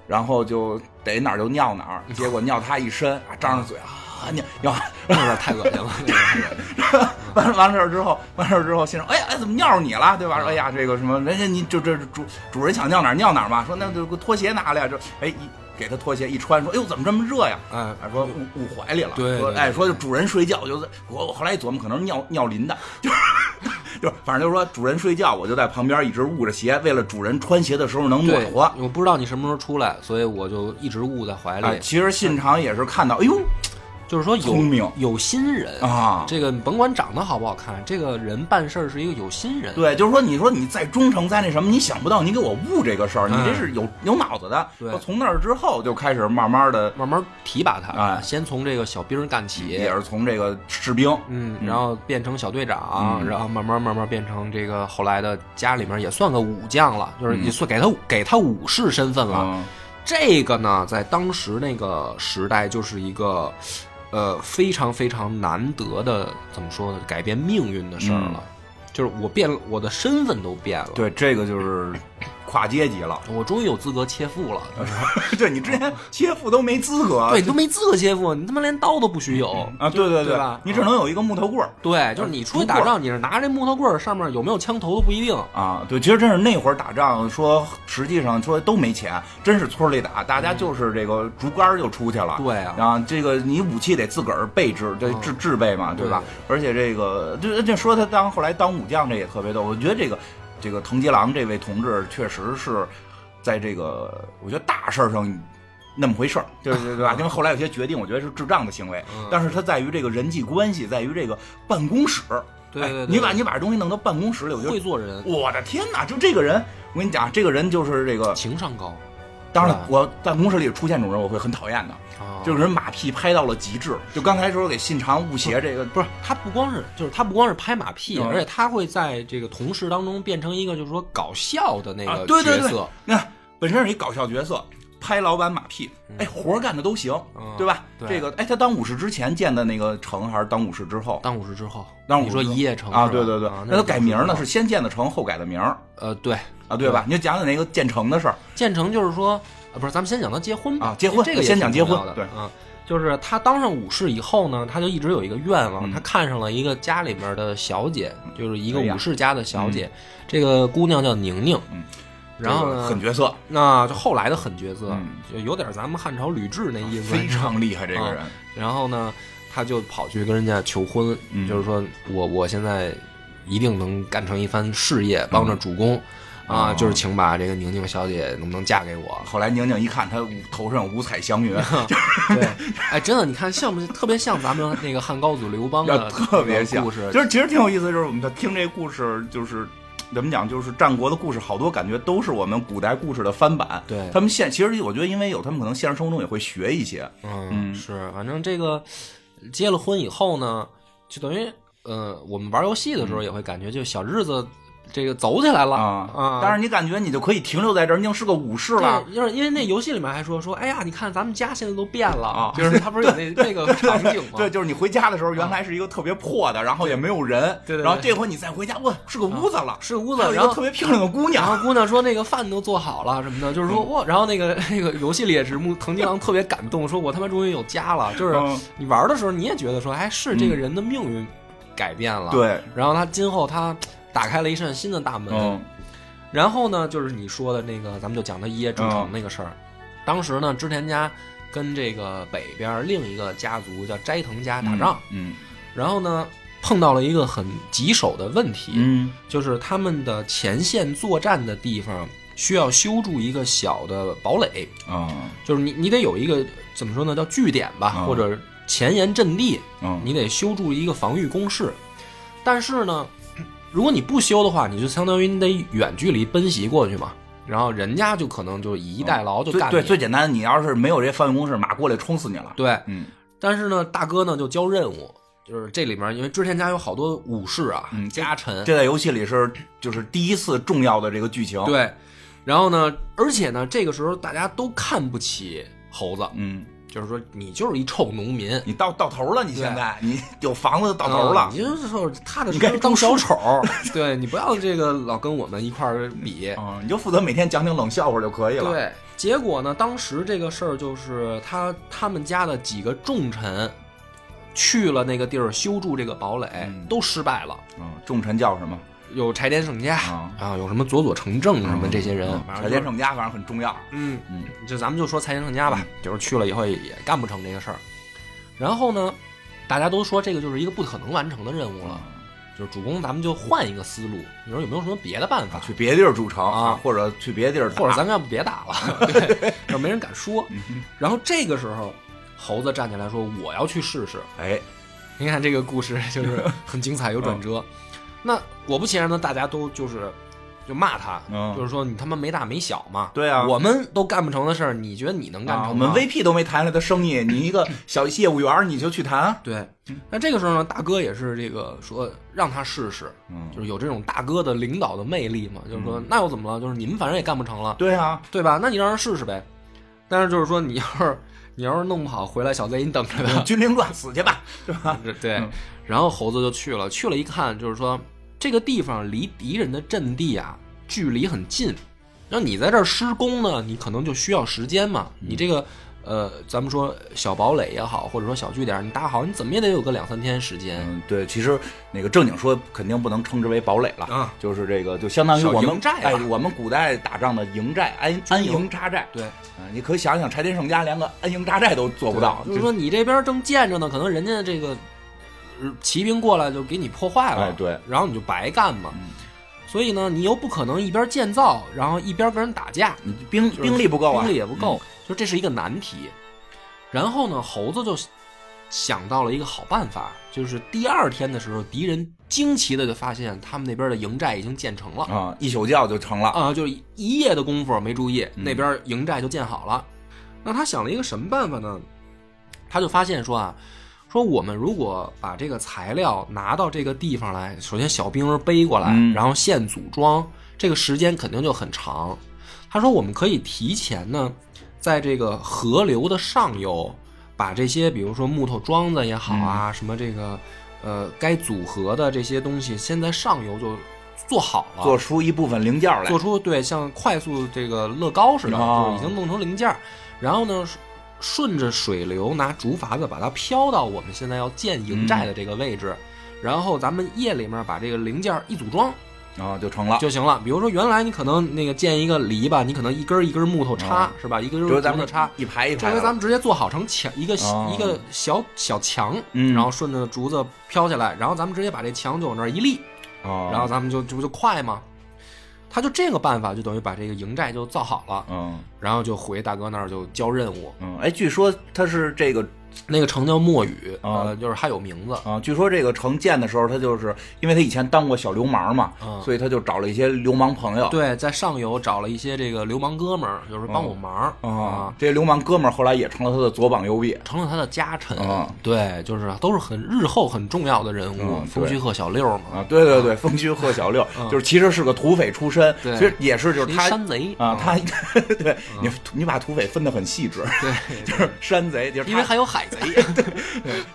Speaker 2: 然后就得哪儿就尿哪
Speaker 3: 嗯
Speaker 2: 儿，结果尿他一身，啊张着嘴啊尿尿，
Speaker 3: 那有点太恶心 了，那有点太恶心了
Speaker 2: 完 了完了事儿之后，完事儿之后，信长哎呀哎怎么尿着你了，对
Speaker 3: 嗯
Speaker 2: 吧？说哎呀这个什么人家你就这主主人想尿哪儿尿哪儿嘛，说那就给我拖鞋拿来呀，这哎一给他拖鞋一穿，说哎呦怎么这么热呀？
Speaker 3: 哎，
Speaker 2: 啊，说捂捂怀里了，
Speaker 3: 对
Speaker 2: 说
Speaker 3: 对
Speaker 2: 哎，说主人睡觉就是我，我后来一琢磨，可能是尿尿淋的，就是 就是，反正就是说主人睡觉，我就在旁边一直捂着鞋，为了主人穿鞋的时候能暖
Speaker 3: 对，
Speaker 2: 和。
Speaker 3: 我不知道你什么时候出来，所以我就一直捂在怀
Speaker 2: 哎，
Speaker 3: 里。
Speaker 2: 其实信长也是看到，哎呦
Speaker 3: 就是说
Speaker 2: 聪明
Speaker 3: 有有心人
Speaker 2: 啊，
Speaker 3: 这个你甭管长得好不好看，这个人办事儿是一个有心人。
Speaker 2: 对，就是说你说你再忠诚再那什么，你想不到你给我悟这个事儿，你这
Speaker 3: 嗯
Speaker 2: 是有有脑子的。
Speaker 3: 对
Speaker 2: 说从那儿之后就开始慢慢的，
Speaker 3: 慢慢提拔他，
Speaker 2: 哎
Speaker 3: 先从这个小兵干起
Speaker 2: 也，是从这个士兵，
Speaker 3: 嗯，然后变成小队长，
Speaker 2: 嗯
Speaker 3: 然后慢慢慢慢变成这个后来的家里面也算个武将了，就是也算给他、给他武士身份了。
Speaker 2: 嗯，
Speaker 3: 这个呢，在当时那个时代就是一个。呃，非常非常难得的，怎么说呢？改变命运的事儿了，
Speaker 2: 嗯
Speaker 3: 就是我变了，我的身份都变了，
Speaker 2: 对，这个就是跨阶级 了。
Speaker 3: 我终于有资格切腹了。
Speaker 2: 对你之前切腹都没资格，
Speaker 3: 对，你都没资格切腹，你他妈连刀都不许有。
Speaker 2: 啊，对对
Speaker 3: 对吧
Speaker 2: 你只能有一个木头棍儿
Speaker 3: 对，就是你出去打仗，你是拿这木头棍儿，上面有没有枪头都不一定。
Speaker 2: 啊。对，其实真是那会儿打仗，说实际上说都没钱，真是村里打，大家就是这个竹竿儿就出去了。
Speaker 3: 嗯对啊
Speaker 2: 啊，这个你武器得自个儿备制，这
Speaker 3: 嗯
Speaker 2: 制制备嘛，对吧？而且这个就就说他当后来当武将，这也特别逗。我觉得这个这个藤吉郎这位同志确实是在这个我觉得大事儿上。那么回事儿，对 对对吧？因为后来有些决定，我觉得是智障的行为，
Speaker 3: 嗯
Speaker 2: 但是他在于这个人际关系，在于这个办公室，
Speaker 3: 对对对
Speaker 2: 哎你把你把这东西弄到办公室里，我觉
Speaker 3: 会
Speaker 2: 得
Speaker 3: 做人，
Speaker 2: 我的天哪！就这个人，我跟你讲，这个人就是这个。
Speaker 3: 情商高，
Speaker 2: 当然
Speaker 3: 是吧，
Speaker 2: 我办公室里出现这种人，我会很讨厌的，
Speaker 3: 啊
Speaker 2: 就是人马屁拍到了极致。就刚才说给信长误协这个，
Speaker 3: 不是他不光是就是他不光是拍马屁，
Speaker 2: 嗯
Speaker 3: 而且他会在这个同事当中变成一个就是说搞笑的那
Speaker 2: 啊
Speaker 3: 个，
Speaker 2: 对对
Speaker 3: 角
Speaker 2: 对
Speaker 3: 色。，
Speaker 2: 那本身是一搞笑角色，拍老板马屁，哎，活儿干的都行，
Speaker 3: 嗯
Speaker 2: 对吧？
Speaker 3: 对
Speaker 2: 这个，哎，他当武士之前建的那个城，还是当武士之后？
Speaker 3: 当武士之后，
Speaker 2: 当武
Speaker 3: 你
Speaker 2: 士
Speaker 3: 说
Speaker 2: 之后
Speaker 3: 一夜城
Speaker 2: 啊，
Speaker 3: 是吧
Speaker 2: 对对对
Speaker 3: 啊，
Speaker 2: 那他改名儿呢，
Speaker 3: 武士
Speaker 2: 是
Speaker 3: 之后
Speaker 2: 先建的城，后改的名儿
Speaker 3: 呃对，
Speaker 2: 啊，对吧？你就讲讲那个建城的事儿，
Speaker 3: 建成就是说，呃，不是，咱们先讲他结婚吧。
Speaker 2: 啊结婚
Speaker 3: 这个也
Speaker 2: 先讲结婚
Speaker 3: 挺重要的
Speaker 2: 对
Speaker 3: 啊，就是他当上武士以后呢，他就一直有一个愿望，
Speaker 2: 嗯
Speaker 3: 他看上了一个家里面的小姐，就是一个
Speaker 2: 哎呀
Speaker 3: 武士家的小姐，这个姑娘叫宁宁。
Speaker 2: 嗯
Speaker 3: 然后
Speaker 2: 这个
Speaker 3: 呢
Speaker 2: 狠，角色，
Speaker 3: 那就后来的狠角色，
Speaker 2: 嗯
Speaker 3: 就有点咱们汉朝吕雉那意思。
Speaker 2: 非常厉害这个
Speaker 3: 啊
Speaker 2: 人。
Speaker 3: 然后呢，他就跑去跟人家求婚，
Speaker 2: 嗯
Speaker 3: 就是说我我现在一定能干成一番事业，帮着主公。啊，
Speaker 2: 哦
Speaker 3: 就是请把这个宁宁小姐能不能嫁给我？
Speaker 2: 后来宁宁一看，他头上有五彩祥 云，
Speaker 3: 对，哎，真的，你看像不特别像咱们那个汉高祖刘 邦的
Speaker 2: 特别像
Speaker 3: 嗯故事，
Speaker 2: 就是其实挺有意思，就是我们在听这故事，就是怎么讲，就是战国的故事，好多感觉都是我们古代故事的翻版。
Speaker 3: 对
Speaker 2: 他们现其实我觉得，因为有他们可能现实生活中也会学一些。
Speaker 3: 嗯，是，反正这个结了婚以后呢，就等于呃，我们玩游戏的时候也会感觉，就小日子这个走起来了
Speaker 2: 啊
Speaker 3: 啊！
Speaker 2: 但是你感觉你就可以停留在这儿，你已经是个武士了。
Speaker 3: 对，就是因为那游戏里面还说说，哎呀，你看咱们家现在都变了啊，就是他不是有那那个场景吗？
Speaker 2: 对，就是你回家的时候，原来是一个特别破的，然后也没有人，
Speaker 3: 啊对对对
Speaker 2: 然后这回你再回家，哇，是个屋子了，
Speaker 3: 是屋
Speaker 2: 屋
Speaker 3: 子，然
Speaker 2: 然后
Speaker 3: 后
Speaker 2: 特别漂亮的姑
Speaker 3: 然
Speaker 2: 娘，
Speaker 3: 后姑娘说那个饭都做好了什么的，就是
Speaker 2: 嗯
Speaker 3: 说哇，然后那个那个游戏里也是木藤吉郎特别感动，说我他妈终于有家了。就是
Speaker 2: 嗯
Speaker 3: 你玩的时候你也觉得说，哎，啊是这个人的啊命运改变了，。
Speaker 2: 对，
Speaker 3: 然后他今后他打开了一扇新的大门，
Speaker 2: 嗯
Speaker 3: 然后呢，就是你说的那个，咱们就讲他爷筑
Speaker 2: 嗯
Speaker 3: 城那个事儿。当时呢，织田家跟这个北边另一个家族叫斋藤家打仗，，
Speaker 2: 嗯
Speaker 3: 然后呢碰到了一个很棘手的问题，
Speaker 2: 嗯
Speaker 3: 就是他们的前线作战的地方需要修筑一个小的堡垒，
Speaker 2: 啊
Speaker 3: 就是你你得有一个怎么说呢，叫据点吧，
Speaker 2: 嗯
Speaker 3: 或者前沿阵地，
Speaker 2: 嗯，
Speaker 3: 你得修筑一个防御工事。但是呢，如果你不修的话，你就相当于你得远距离奔袭过去嘛，然后人家就可能就以逸待劳，就
Speaker 2: 最
Speaker 3: 干
Speaker 2: 啊
Speaker 3: 你。
Speaker 2: 对最简单的，你要是没有这翻译公式，马过来冲死你了。
Speaker 3: 对
Speaker 2: 嗯
Speaker 3: 但是呢，大哥呢就交任务，就是这里面因为之前家有好多武士啊，
Speaker 2: 嗯
Speaker 3: 家臣，
Speaker 2: 这在游戏里是就是第一次重要的这个剧情。，
Speaker 3: 对。然后呢，而且呢，这个时候大家都看不起猴子，
Speaker 2: 嗯，
Speaker 3: 就是说你就是一臭农民，
Speaker 2: 你到到头了，你现在你有房子到头
Speaker 3: 啊
Speaker 2: 了
Speaker 3: 你，就是说踏踏
Speaker 2: 你
Speaker 3: 实
Speaker 2: 该
Speaker 3: 实
Speaker 2: 当
Speaker 3: 当
Speaker 2: 小
Speaker 3: 小
Speaker 2: 丑
Speaker 3: 丑，对你不要这个老跟我们一块儿比，
Speaker 2: 嗯，你就负责每天讲讲冷笑话就可以了。，
Speaker 3: 对，结果呢，当时这个事儿就是他他们家的几个重臣去了那个地儿修筑这个堡垒，
Speaker 2: 嗯
Speaker 3: 都失败了。
Speaker 2: 嗯，重臣叫什么？
Speaker 3: 有柴田胜家
Speaker 2: 啊
Speaker 3: 啊，有什么佐佐成正什么这些人，
Speaker 2: 嗯
Speaker 3: 反正
Speaker 2: 柴
Speaker 3: 就是
Speaker 2: 田胜家反正很重要。
Speaker 3: 嗯
Speaker 2: 嗯，
Speaker 3: 就咱们就说财经胜家吧，就是去了以后也也干不成这个事儿。然后呢，大家都说这个就是一个不可能完成的任务了，
Speaker 2: 嗯
Speaker 3: 就是主公，咱们就换一个思路。你说有没有什么别的办法？
Speaker 2: 去别的地儿筑城
Speaker 3: 嗯啊
Speaker 2: 或者去别的地儿打，嗯
Speaker 3: 或者咱们要不别 打了，对，要没人敢说。然后这个时候，猴子站起来说：“我要去试试。
Speaker 2: 哎，”
Speaker 3: 你看这个故事 就是很精彩，有转
Speaker 2: 嗯
Speaker 3: 折。那果不其然呢，大家都就是就骂他，
Speaker 2: 嗯
Speaker 3: 就是说你他妈没大没小嘛。
Speaker 2: 对啊
Speaker 3: 我们都干不成的事儿，你觉得你能干成
Speaker 2: 啊，
Speaker 3: 吗？
Speaker 2: 我们 VP 都没谈下来的生意，你一个小业务员儿你就去谈，
Speaker 3: 对。那这个时候呢，大哥也是这个说让他试试，
Speaker 2: 嗯
Speaker 3: 就是有这种大哥的领导的魅力嘛，就是说那又怎么了？就是你们反正也干不成了，
Speaker 2: 对 啊，
Speaker 3: 对吧？那你让人试试呗。但是就是说，你要是你要是弄不好回来，小 Z 你等着吧。
Speaker 2: 军令状死去吧，对吧？
Speaker 3: 对，然后猴子就去了，去了一看，就是说这个地方离敌人的阵地啊距离很近，然后你在这儿施工呢，你可能就需要时间嘛。你这个呃，咱们说小堡垒也好，或者说小据点，你搭好，你怎么也得有个两三天时间。
Speaker 2: 嗯，对，其实那个正经说肯定不能称之为堡垒了，
Speaker 3: 啊
Speaker 2: 就是这个就相当于我
Speaker 3: 小
Speaker 2: 们
Speaker 3: 营寨吧
Speaker 2: 哎，我们古代打仗的营寨、安安营扎寨，
Speaker 3: 对，
Speaker 2: 啊，你可以想想柴田胜家连个安营扎寨都做不到，
Speaker 3: 就是说你这边正建着呢，可能人家这个呃骑兵过来就给你破坏了，
Speaker 2: 哎对，
Speaker 3: 然后你就白干嘛。
Speaker 2: 嗯
Speaker 3: 所以呢，你又不可能一边建造，然后一边跟人打架，
Speaker 2: 你兵
Speaker 3: 就是
Speaker 2: 兵力不够啊，
Speaker 3: 兵力也不够，就这是一个难题。然后呢，猴子就想到了一个好办法，就是第二天的时候，敌人惊奇的就发现他们那边的营寨已经建成了。
Speaker 2: 啊，一宿觉就成了，嗯
Speaker 3: 啊，就是一夜的功夫没注意，那边营寨就建好了。那他想了一个什么办法呢？他就发现说啊，说我们如果把这个材料拿到这个地方来，首先小兵背过来，
Speaker 2: 嗯
Speaker 3: 然后现组装，这个时间肯定就很长。他说我们可以提前呢，在这个河流的上游，把这些比如说木头桩子也好啊，
Speaker 2: 嗯
Speaker 3: 什么这个呃该组合的这些东西，先在上游就做好了，
Speaker 2: 做出一部分零件来，
Speaker 3: 做出对像快速这个乐高似的，
Speaker 2: 哦
Speaker 3: 就是已经弄成零件儿，然后呢，顺着水流拿竹筏子把它飘到我们现在要建营寨的这个位置，然后咱们夜里面把这个零件儿一组装
Speaker 2: 嗯啊，就成了。
Speaker 3: 就行了。比如说原来你可能那个建一个篱笆，你可能一根儿一根儿木头插、
Speaker 2: 哦
Speaker 3: 是吧？一根儿一
Speaker 2: 就
Speaker 3: 根
Speaker 2: 是咱
Speaker 3: 儿竹头
Speaker 2: 们嗯
Speaker 3: 插。
Speaker 2: 一排一
Speaker 3: 这
Speaker 2: 排
Speaker 3: 回
Speaker 2: 的，
Speaker 3: 咱们直接做好成墙，一个、
Speaker 2: 哦
Speaker 3: 一个小小墙，
Speaker 2: 嗯
Speaker 3: 然后顺着竹子飘下来，然后咱们直接把这墙就往那儿一立，
Speaker 2: 啊，
Speaker 3: 然后咱们就这不就快吗？他就这个办法，就等于把这个营寨就造好了，
Speaker 2: 嗯
Speaker 3: 然后就回大哥那儿就交任务。
Speaker 2: 嗯，哎，据说他是这个
Speaker 3: 那个城叫墨雨
Speaker 2: 啊
Speaker 3: 呃就是它有名字，
Speaker 2: 啊，据说这个城建的时候，他就是因为他以前当过小流氓嘛，
Speaker 3: 嗯
Speaker 2: 所以他就找了一些流氓朋友。
Speaker 3: 对，在上游找了一些这个流氓哥们儿，就是帮
Speaker 2: 嗯
Speaker 3: 我忙儿
Speaker 2: 啊，，这些流氓哥们儿后来也成了他的左膀右臂。
Speaker 3: 成了他的家臣
Speaker 2: 啊。
Speaker 3: 对，就是都是很日后很重要的人物，
Speaker 2: 嗯
Speaker 3: 风
Speaker 2: 对
Speaker 3: 须贺小六嘛，
Speaker 2: 啊，对对对，风须贺小六就是其实是个土匪出身，
Speaker 3: 啊对
Speaker 2: 其实也是就是是
Speaker 3: 一
Speaker 2: 他
Speaker 3: 山贼
Speaker 2: 啊，他 对你你把土匪分得很细致，
Speaker 3: 对，
Speaker 2: 就是山贼，就是
Speaker 3: 因为
Speaker 2: 他
Speaker 3: 还有海贼。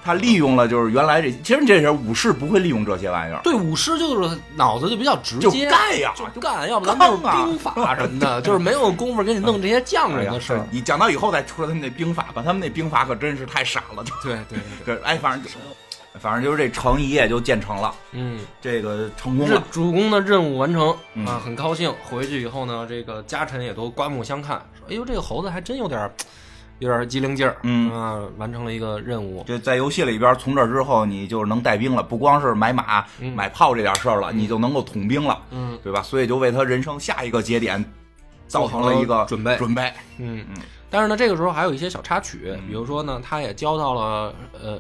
Speaker 2: 他利用了就是原来这，其实这些武士不会利用这些玩意儿，
Speaker 3: 对，武士就是脑子就比较直
Speaker 2: 就
Speaker 3: 接，
Speaker 2: 干呀，
Speaker 3: 就干，要不然就是
Speaker 2: 刚啊
Speaker 3: 兵法什么的，就是没有功夫给你弄这些匠
Speaker 2: 哎
Speaker 3: 人
Speaker 2: 呀
Speaker 3: 的事儿。
Speaker 2: 你讲到以后再说他们那兵法吧，他们那兵法可真是太傻了，就
Speaker 3: 对对对，
Speaker 2: 对，哎，反正就反正就是这城一夜就建成了，
Speaker 3: 嗯，
Speaker 2: 这个成功
Speaker 3: 这
Speaker 2: 了。
Speaker 3: 主公的任务完成
Speaker 2: 嗯
Speaker 3: 啊，很高兴。回去以后呢，这个家臣也都刮目相看，说：“哎呦，这个猴子还真有点儿，有点儿机灵劲儿。”
Speaker 2: 嗯
Speaker 3: 啊，完成了一个任务。
Speaker 2: 就在游戏里边，从这之后你就能带兵了，不光是买马、
Speaker 3: 嗯
Speaker 2: 买炮这点事儿了，你就能够统兵了，
Speaker 3: 嗯
Speaker 2: 对吧？所以就为他人生下一个节点
Speaker 3: 做
Speaker 2: 造
Speaker 3: 好
Speaker 2: 成
Speaker 3: 了
Speaker 2: 了一个
Speaker 3: 准备
Speaker 2: 准备，
Speaker 3: 嗯
Speaker 2: 嗯
Speaker 3: 但是呢，这个时候还有一些小插曲，
Speaker 2: 嗯
Speaker 3: 比如说呢，他也交到了呃，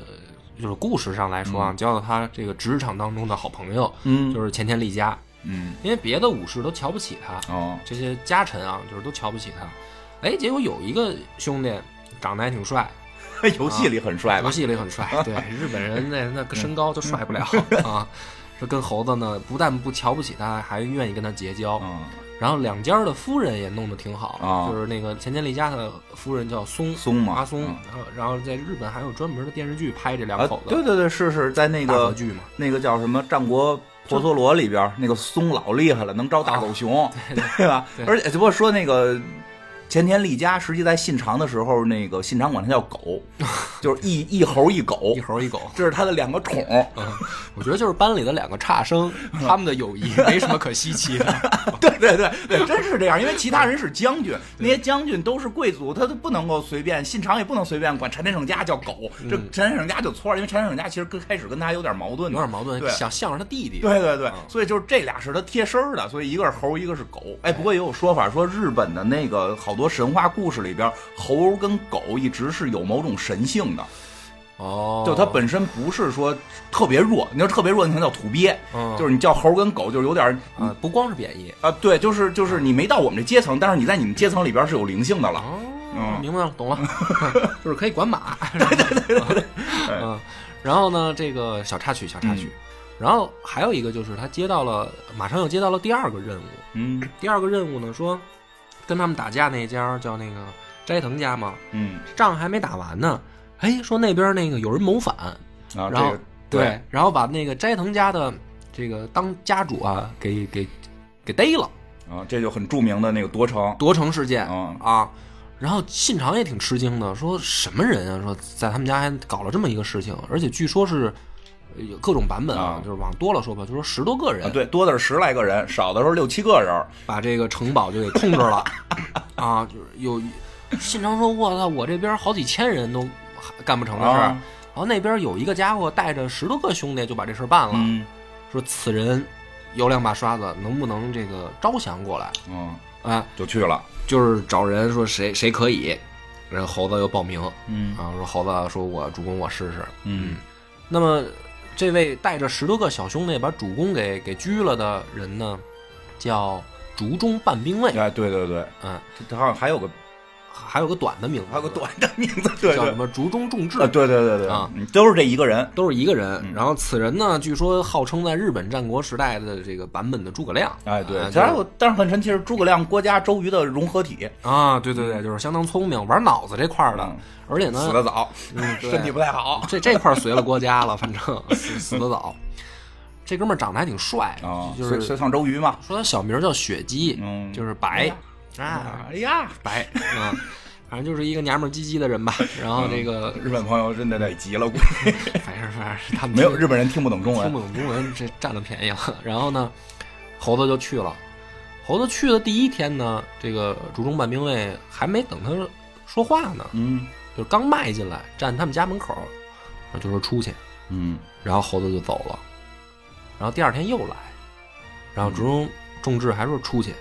Speaker 3: 就是故事上来说啊，交到他这个职场当中的好朋友，
Speaker 2: 嗯
Speaker 3: 就是前田利家，
Speaker 2: 嗯
Speaker 3: 因为别的武士都瞧不起他，
Speaker 2: 哦，
Speaker 3: 这些家臣啊，就是都瞧不起他。哎，结果有一个兄弟长得还挺帅，
Speaker 2: 游戏里很帅吧嗯
Speaker 3: 游？戏里很帅， 对日本人那那个身高就帅不了啊。这跟猴子呢，不但不瞧不起他，还愿意跟他结交。
Speaker 2: 嗯，
Speaker 3: 然后两家的夫人也弄得挺好，
Speaker 2: 啊
Speaker 3: 就是那个前田利家的夫人叫松
Speaker 2: 松嘛
Speaker 3: 阿松
Speaker 2: 嗯，
Speaker 3: 然后然后在日本还有专门的电视剧拍这两
Speaker 2: 啊
Speaker 3: 口，子
Speaker 2: 对对对，是是在那
Speaker 3: 大合
Speaker 2: 个
Speaker 3: 剧嘛。
Speaker 2: 那个叫什么《战国婆娑罗》里边，那个松老厉害了，能招大狗熊，
Speaker 3: 啊
Speaker 2: 对吧？
Speaker 3: 对
Speaker 2: 而且只不过说那个前田利家，实际在信长的时候，那个信长管他叫 狗，就是一一猴一狗
Speaker 3: 一，猴一狗，
Speaker 2: 这是他的两个宠。
Speaker 3: 我觉得就是班里的两个差生，
Speaker 2: 嗯
Speaker 3: 他们的友谊没什么可稀奇 的。
Speaker 2: 对对对对，真是这样，因为其他人是将 军，那些将军都是贵族，他都不能够随便，信长也不能随便管柴田胜家叫狗，
Speaker 3: 嗯
Speaker 2: 这柴田胜家就搓了，因为柴田胜家其实跟开始跟他有点矛盾
Speaker 3: 有
Speaker 2: 的，
Speaker 3: 点矛盾，
Speaker 2: 对
Speaker 3: 想向着他弟弟。
Speaker 2: 对对对
Speaker 3: 嗯，
Speaker 2: 所以就是这俩是他贴身儿的，所以一个是猴，一个是狗。哎，不过也有说法说日本的那个好多神话故事里边，猴跟狗一直是有某种神性的，
Speaker 3: 哦，
Speaker 2: 就它本身不是说特别弱，你要特别弱，你可能叫土鳖，
Speaker 3: 嗯
Speaker 2: 就是你叫猴跟狗，就是有点儿
Speaker 3: 啊，不光是贬义。
Speaker 2: 啊，对，就是就是你没到我们这阶层，但是你在你们阶层里边是有灵性的了。
Speaker 3: 哦，
Speaker 2: 嗯
Speaker 3: 明白了，懂了， 就是可以管马。 对对对对嗯，然后呢，这个小插曲，小插曲。然后还有一个就是他接到了，马上又接到了第二个任务。
Speaker 2: 嗯
Speaker 3: 第二个任务呢，说跟他们打架那家叫那个斋藤家嘛，
Speaker 2: 嗯
Speaker 3: 仗还没打完呢，哎，说那边那个有人谋反，
Speaker 2: 啊，
Speaker 3: 然
Speaker 2: 这
Speaker 3: 后
Speaker 2: 个对，
Speaker 3: 然后把那个斋藤家的这个当家主啊给给给逮了，
Speaker 2: 啊，这就很著名的那个夺城
Speaker 3: 夺城事件
Speaker 2: 嗯
Speaker 3: 啊。然后信长也挺吃惊的，说什么人啊？说在他们家还搞了这么一个事情，而且据说是呃有各种版本啊
Speaker 2: 啊，
Speaker 3: 就是往多了说吧，就说十多个
Speaker 2: 啊，
Speaker 3: 人
Speaker 2: 对，多的是十来个人，少的时候六七个人儿。
Speaker 3: 把这个城堡就给控制 了啊，就是有信长说，我操，我这边好几千人都干不成的事儿，
Speaker 2: 啊
Speaker 3: 然后那边有一个家伙带着十多个兄弟就把这事儿办了，
Speaker 2: 嗯
Speaker 3: 说此人有两把刷子，能不能这个招降过来
Speaker 2: 嗯，
Speaker 3: 啊？
Speaker 2: 就去了。
Speaker 3: 就是找人说谁谁可以，然后猴子又报名，
Speaker 2: 嗯
Speaker 3: 然后说猴子啊说我主公我试试。
Speaker 2: 嗯
Speaker 3: 那么这位带着十多个小兄弟把主公给给拘了的人呢，叫竹中半兵卫，
Speaker 2: 哎，对对对，
Speaker 3: 嗯，
Speaker 2: 他好像还有个
Speaker 3: 还有个短的名字，
Speaker 2: 还有个短的名字，对
Speaker 3: 叫
Speaker 2: 对
Speaker 3: 什么竹中重治
Speaker 2: 啊，。对对对对
Speaker 3: 啊，
Speaker 2: 嗯都是这一个人。
Speaker 3: 都是一个
Speaker 2: 嗯
Speaker 3: 人，然后此人呢，据说号称在日本战国时代的这个版本的诸葛亮，
Speaker 2: 哎，对
Speaker 3: 啊，就是
Speaker 2: 当然我但是很神奇，是诸葛亮、郭嘉、周瑜的融合体，
Speaker 3: 啊，对对对，就是相当聪明，玩脑子这块儿的，
Speaker 2: 嗯
Speaker 3: 而且呢，嗯
Speaker 2: 死得早，
Speaker 3: 对
Speaker 2: 身体不太好。
Speaker 3: 这这块儿随了郭嘉了，反正 死死得早。这哥们儿长得还挺帅，
Speaker 2: 啊，
Speaker 3: 就
Speaker 2: 随
Speaker 3: 是
Speaker 2: 随上周瑜嘛。
Speaker 3: 说他小名叫雪姬，
Speaker 2: 嗯
Speaker 3: 就是白啊
Speaker 2: 哎呀，
Speaker 3: 白啊，反正就是一个娘们儿唧唧的人 吧。然后这个
Speaker 2: 日本朋友真的得急了，估计
Speaker 3: 反正反正他
Speaker 2: 嗯
Speaker 3: 们
Speaker 2: 没有啊
Speaker 3: 听
Speaker 2: 日本人听不懂中
Speaker 3: 听
Speaker 2: 文
Speaker 3: 不。懂中文，这占了便宜了。然后呢，猴子就去了。猴子去的第一天呢，这个竹中半兵卫还没等他说话呢，
Speaker 2: 嗯
Speaker 3: 就是刚迈进来，站他们家门口，然后就说出去。
Speaker 2: 嗯
Speaker 3: 然后猴子就走了。然后第二天又来，然后竹
Speaker 2: 嗯
Speaker 3: 中众志还说出去，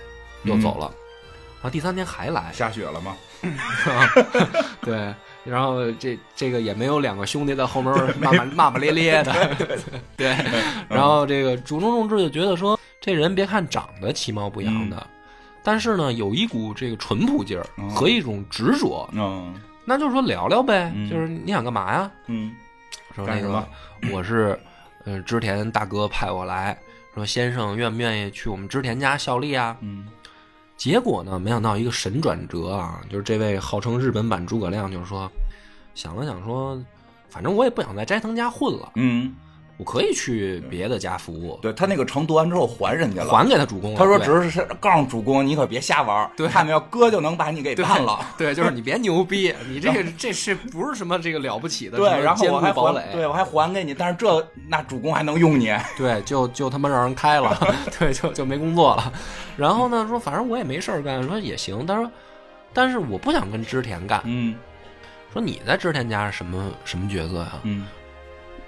Speaker 3: 又走了。然后第三天还来，
Speaker 2: 下雪了吗？
Speaker 3: 对，然后这这个也没有两个兄弟在后面骂骂骂骂咧咧的，对。然后这个竹中重治就觉得说，这人别看长得其貌不扬的，但是呢有一股这个淳朴劲儿
Speaker 2: 哦
Speaker 3: 和一种执着，
Speaker 2: 嗯
Speaker 3: 那就是说聊聊呗，
Speaker 2: 嗯
Speaker 3: 就是你想干嘛呀？
Speaker 2: 嗯
Speaker 3: 说
Speaker 2: 干
Speaker 3: 那
Speaker 2: 什么
Speaker 3: 个我是，呃，织田大哥派我来，说先生愿不愿意去我们织田家效力啊？
Speaker 2: 嗯
Speaker 3: 结果呢，没想到一个神转折啊，就是这位号称日本版诸葛亮，就是说，想了想说，反正我也不想在斋藤家混了，
Speaker 2: 嗯，
Speaker 3: 我可以去别的家服务，
Speaker 2: 对他那个城夺完之后还人家了，
Speaker 3: 还给他主公了。
Speaker 2: 他说
Speaker 3: 对
Speaker 2: 只是告诉主公，你可别瞎玩儿，
Speaker 3: 对
Speaker 2: 看没有，哥就能把 你给办了。
Speaker 3: 对，就是你别牛逼，你这个 这是不是什么这个了不起的？
Speaker 2: 对
Speaker 3: 什，么
Speaker 2: 然后
Speaker 3: 坚
Speaker 2: 我
Speaker 3: 固
Speaker 2: 还
Speaker 3: 堡
Speaker 2: 还，
Speaker 3: 垒，
Speaker 2: 对我还还给你，但是这那主公还能用你，
Speaker 3: 对，就就他妈让人开 了，对，就就没工作了。然后呢，说反正我也没事儿干，说也行。他说，但是我不想跟织田干。
Speaker 2: 嗯
Speaker 3: 说你在织田家是什么什么角色呀、
Speaker 2: 嗯